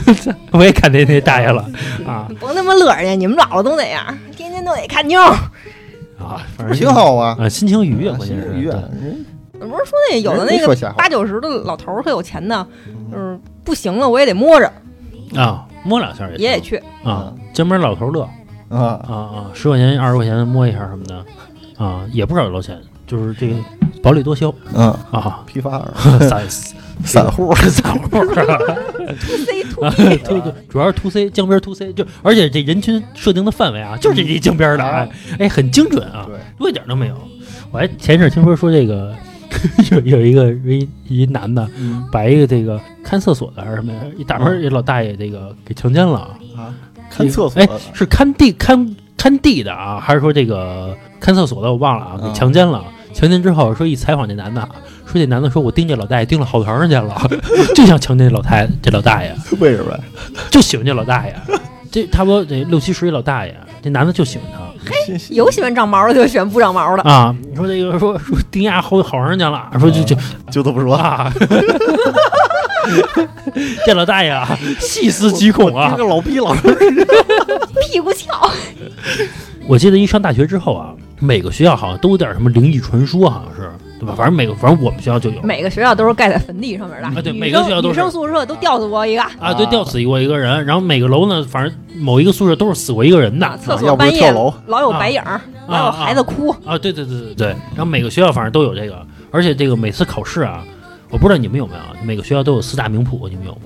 [laughs] 我也看那那大爷了啊
甭他妈乐人家，你们姥姥都那样，天天都得看妞儿。
啊，反正
挺好啊，
啊，心情愉悦，
啊
关键是
心情愉悦
对
人
不是说那哎有的那
人没说
个
瞎话
八九十的老头儿特有钱的，就是不行了我也得摸着，
啊，摸两下也
也得
行
[laughs]
去。
啊，
嗯
见面老头乐
啊，
啊啊，十块钱二十块钱摸一下什么的啊，也不少多少钱，就是这个薄利多销
嗯，，
啊
批发
[laughs]
二
散
散户，
[laughs] 散户儿。
to C to
啊
B，
[laughs] 对对，主要是 to C 江边 to C，就而且这人群设定的范围啊，就是这些江边的，哎哎，很精准啊，
啊对，
多一点都没有。我还前一阵儿听说说这个 [laughs] 有有一个有一一男的
嗯
把一个这个看厕所的还是什么呀，一大门一老大爷这个给强奸了啊，
啊，嗯看厕所
哎，是看地看看地的啊，还是说这个看厕所的我忘了啊，给
嗯
强奸了。强奸之后说一采访这男的啊，说这男的说我盯这老大爷盯了好长时间了， [laughs] 就想强奸这老太这老大爷。
为什么呀？
就喜欢这老大爷，这差不多得六七十一老大爷，这男的就喜欢他
有喜欢长毛的，有喜欢不长
[laughs]
毛的。
啊。你说这个说说丁亚好好长时间了，说就就
就这么说，
啊，这老大爷啊，细思极恐啊
这。个老逼老
屁股翘，
我记得一上大学之后啊，每个学校好像都有点什么灵异传说，好像是对吧？反正每个反正我们学校就有
每个学校都是盖在坟地上面的
啊对
女
每个
生
学校都
女
是
生宿舍都吊死过一个，
啊，对，吊死过一个人，然后每个楼呢，反正某一个宿舍都是死过一个人的
啊，厕
要
所
不就
半夜
跳楼
老有白影儿，老有孩子哭，
啊，对对对对对，然后每个学校反正都有这个，而且这个每次考试啊，我不知道你们有没有，啊，每个学校都有四大名谱，你们有吗？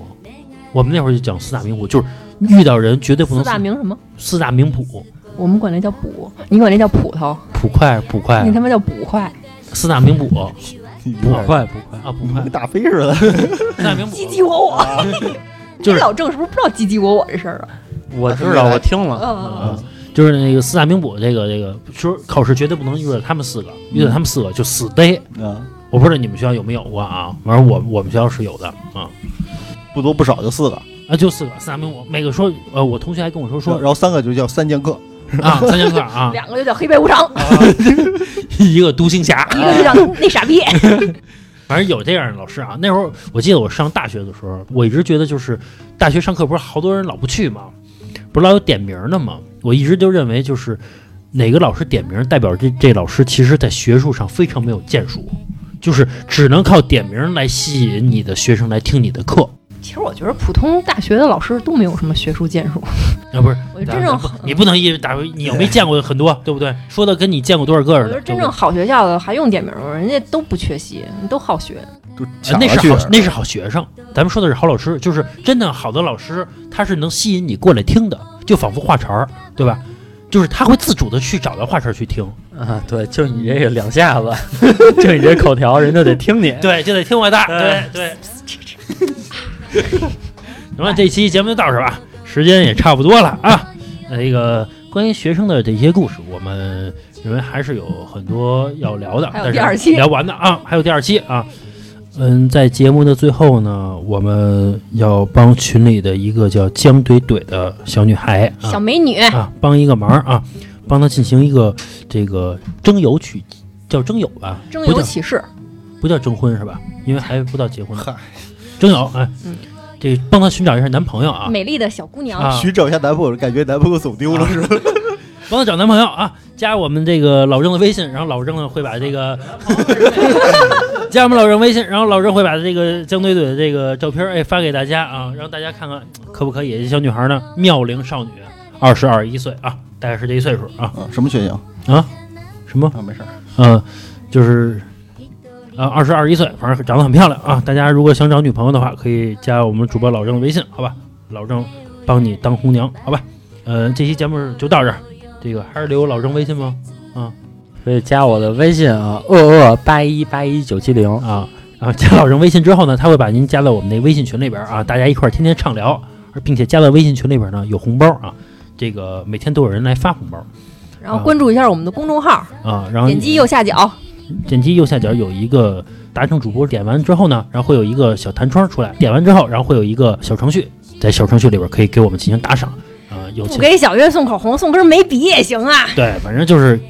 我们那会儿就讲四大名谱，就是遇到人绝对不能
四大名什么？
四大名谱，
我们管那叫补，你管那叫捕头，
哎
捕快捕快
你，他妈叫捕快。
四大名谱，不快不快啊不
你
[laughs] 快
跟，大飞似的，
那明
[laughs] 唧唧我 [laughs] 我，
啊就是
老郑是不是不知道唧唧我我这事儿啊？
我知道，我听了。
嗯，
啊，就是那个四大名捕这个这个，就是考试绝对不能遇到他们四个，遇到他们四个就死逮。
嗯，
我不知道你们学校有没有过啊，反正我我们学校是有的啊
不多不少就四个，
啊，就四个四大名捕，每个说呃，我同学还跟我说 [laughs] 说
然后三个就叫三剑客，
啊，三剑客啊，
嗯两个就叫黑白无常，
[laughs] 一个独行
[laughs]
侠，
一个就叫那傻逼。
反正有这样的老师啊。那会儿我记得我上大学的时候，我一直觉得就是大学上课不是好多人老不去嘛，不是老有点名的嘛，我一直就认为就是哪个老师点名，代表这这老师其实在学术上非常没有建树，就是只能靠点名来吸引你的学生来听你的课。
其实我觉得普通大学的老师都没有什么学术建树，
啊，不是，
我觉得真正
不你不能一直打，你又没见过很多，对不对？说的跟你见过多少个
我
似
觉
的。
得
对
真
不
正好学校的还用点名儿吗，人家都不缺席，都好学。
就
对
抢
呃那
着去
是。好，那是好学生。咱们说的是好老师，就是真的好的老师，他是能吸引你过来听的，就仿佛话茬儿，对吧？就是他会自主的去找到话茬儿去听，
啊，对，就你这个两下 [laughs] 子，就你这口条，人就得听你。
[laughs] 对，就得听我的，对
嗯
对。 [laughs] 行了，这期节目就到这儿吧，时间也差不多了啊。那个关于学生的这些故事，我们认为还是有很多要聊的，
还有
但是
第二期
聊完的啊，还有第二期啊。嗯，在节目的最后呢，我们要帮群里的一个叫江怼怼的小女孩啊，
小美女，
啊，帮一个忙啊，帮她进行一个这个征友取，叫征友吧，
征
不
友
叫
启事，
不叫征婚是吧？因为还不到结婚
嗨。
征友，哎
嗯，
这帮她寻找一下男朋友啊，
美丽的小姑娘，
啊，
寻找一下男朋友，感觉男朋友总丢了似的。
帮她找男朋友啊，加我们这个老郑的微信，然后老郑呢会把这
[laughs]
个加我们老郑微信，然后老郑会把这个江怼怼的这个照片哎发给大家啊，让大家看看可不可以？这小女孩呢，妙龄少女，二十二一岁啊，大概是这一岁数啊，
啊，什么血型
什么？
啊？没事儿，
嗯，就是呃二十二一岁，反正长得很漂亮啊。大家如果想找女朋友的话，可以加我们主播老郑的微信，好吧？老郑帮你当红娘，好吧？呃，这期节目就到这儿，这个还是留老郑微信吗？
所以加我的微信啊，鳄鳄八一八一九七零。
啊啊，加老郑微信之后呢，他会把您加到我们那微信群里边啊，大家一块儿天天畅聊，而并且加到微信群里边呢有红包啊。这个每天都有人来发红包
然后关注一下我们的公众号，
啊，然后
点击右下角，
点击右下角有一个达成主播，点完之后呢，然后会有一个小弹窗出来，点完之后，然后会有一个小程序，在小程序里边可以给我们进行打赏，啊、有
不
钱
给小月送口红，送根眉笔也行啊。
对，反正就是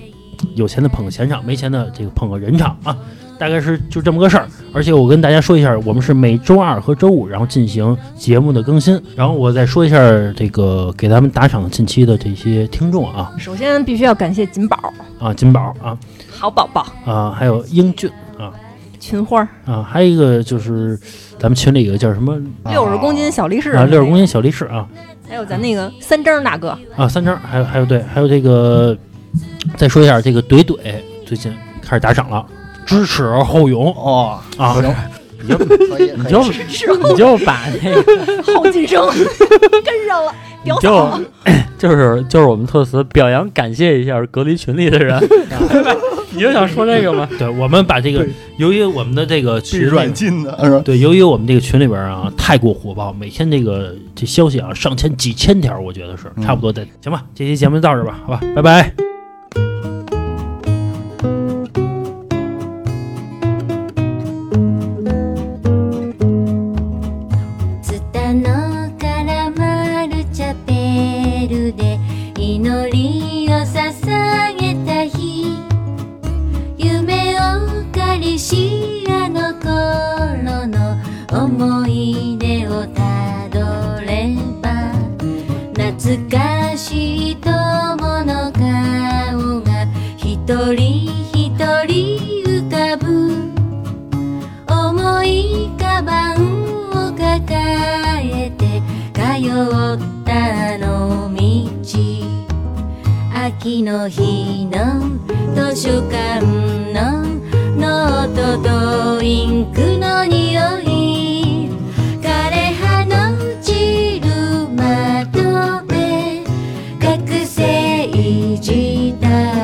有钱的捧个钱场，没钱的这个捧个人场啊，大概是就这么个事儿。而且我跟大家说一下，我们是每周二和周五然后进行节目的更新，然后我再说一下这个给咱们打赏的近期的这些听众啊
首先必须要感谢锦宝，
啊金宝啊
好宝宝，
啊还有英俊
群花儿，
啊，还有一个就是咱们群里有个叫什么
六十公斤小力士，
啊，六十公斤小力士啊
斤，还有咱那个三张大哥，
啊，三张，还有还有对，还有这个，再说一下这个怼怼最近开始打赏了，知耻而后勇
哦，
啊，
你就可以，
你就你就把那个
[laughs]
后进生 [laughs] 跟上了，屌嫂
就 [clears throat] 就是就是我们特词表扬感谢一下隔离群里的人，你就想说这个吗？
[laughs] 对我们把这个
对，
由于我们的这个
这
群里
软禁的是吧？
对，由于我们这个群里边啊太过火爆，每天这个这消息啊上千几千条，我觉得是
嗯
差不多的。行吧，这期节目就到这儿吧，好吧，拜拜。
ツタの絡まるチャペルで祈りを捧げた日夢を借りしあの頃の思い出をたどれば懐かしい友の顔が一人一人浮かぶ重いカバンを抱えて通ったあの道秋の日の図書館のノートとインクの匂い枯葉の散る窓辺学生時代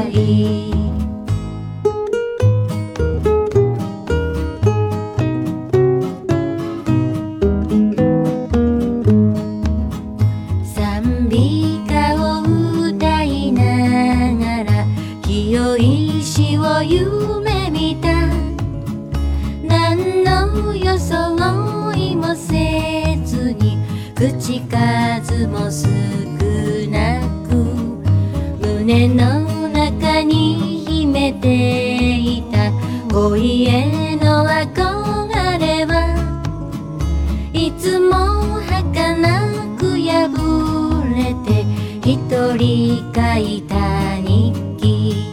うよ揃いもせずに口数も少なく胸の中に秘めていた恋への憧れはいつも儚く破れて一人書いた日記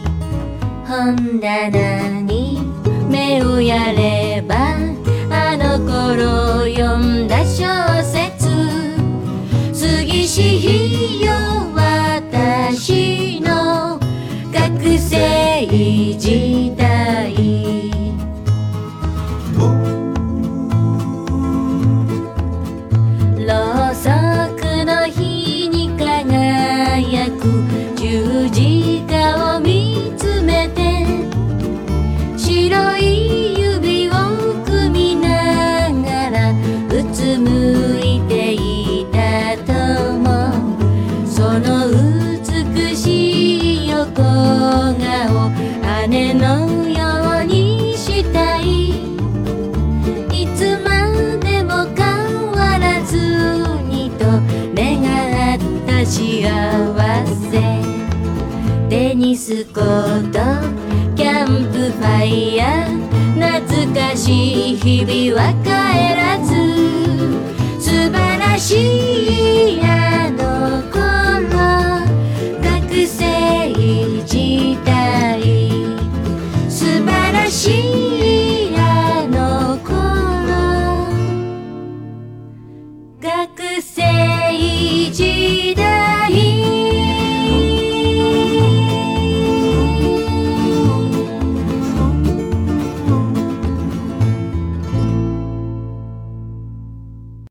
本棚に目をやればあの頃読んだ小説杉しひよ私の学生時代ろうそくの火に輝く十字架を見つめて白い指を組みながらうつむいていたともその美しい横顔姉のようにしたいいつまでも変わらずにと願った幸せテニスコートキャンプファイヤー懐かしい日々は帰らず素晴らしいあの頃学生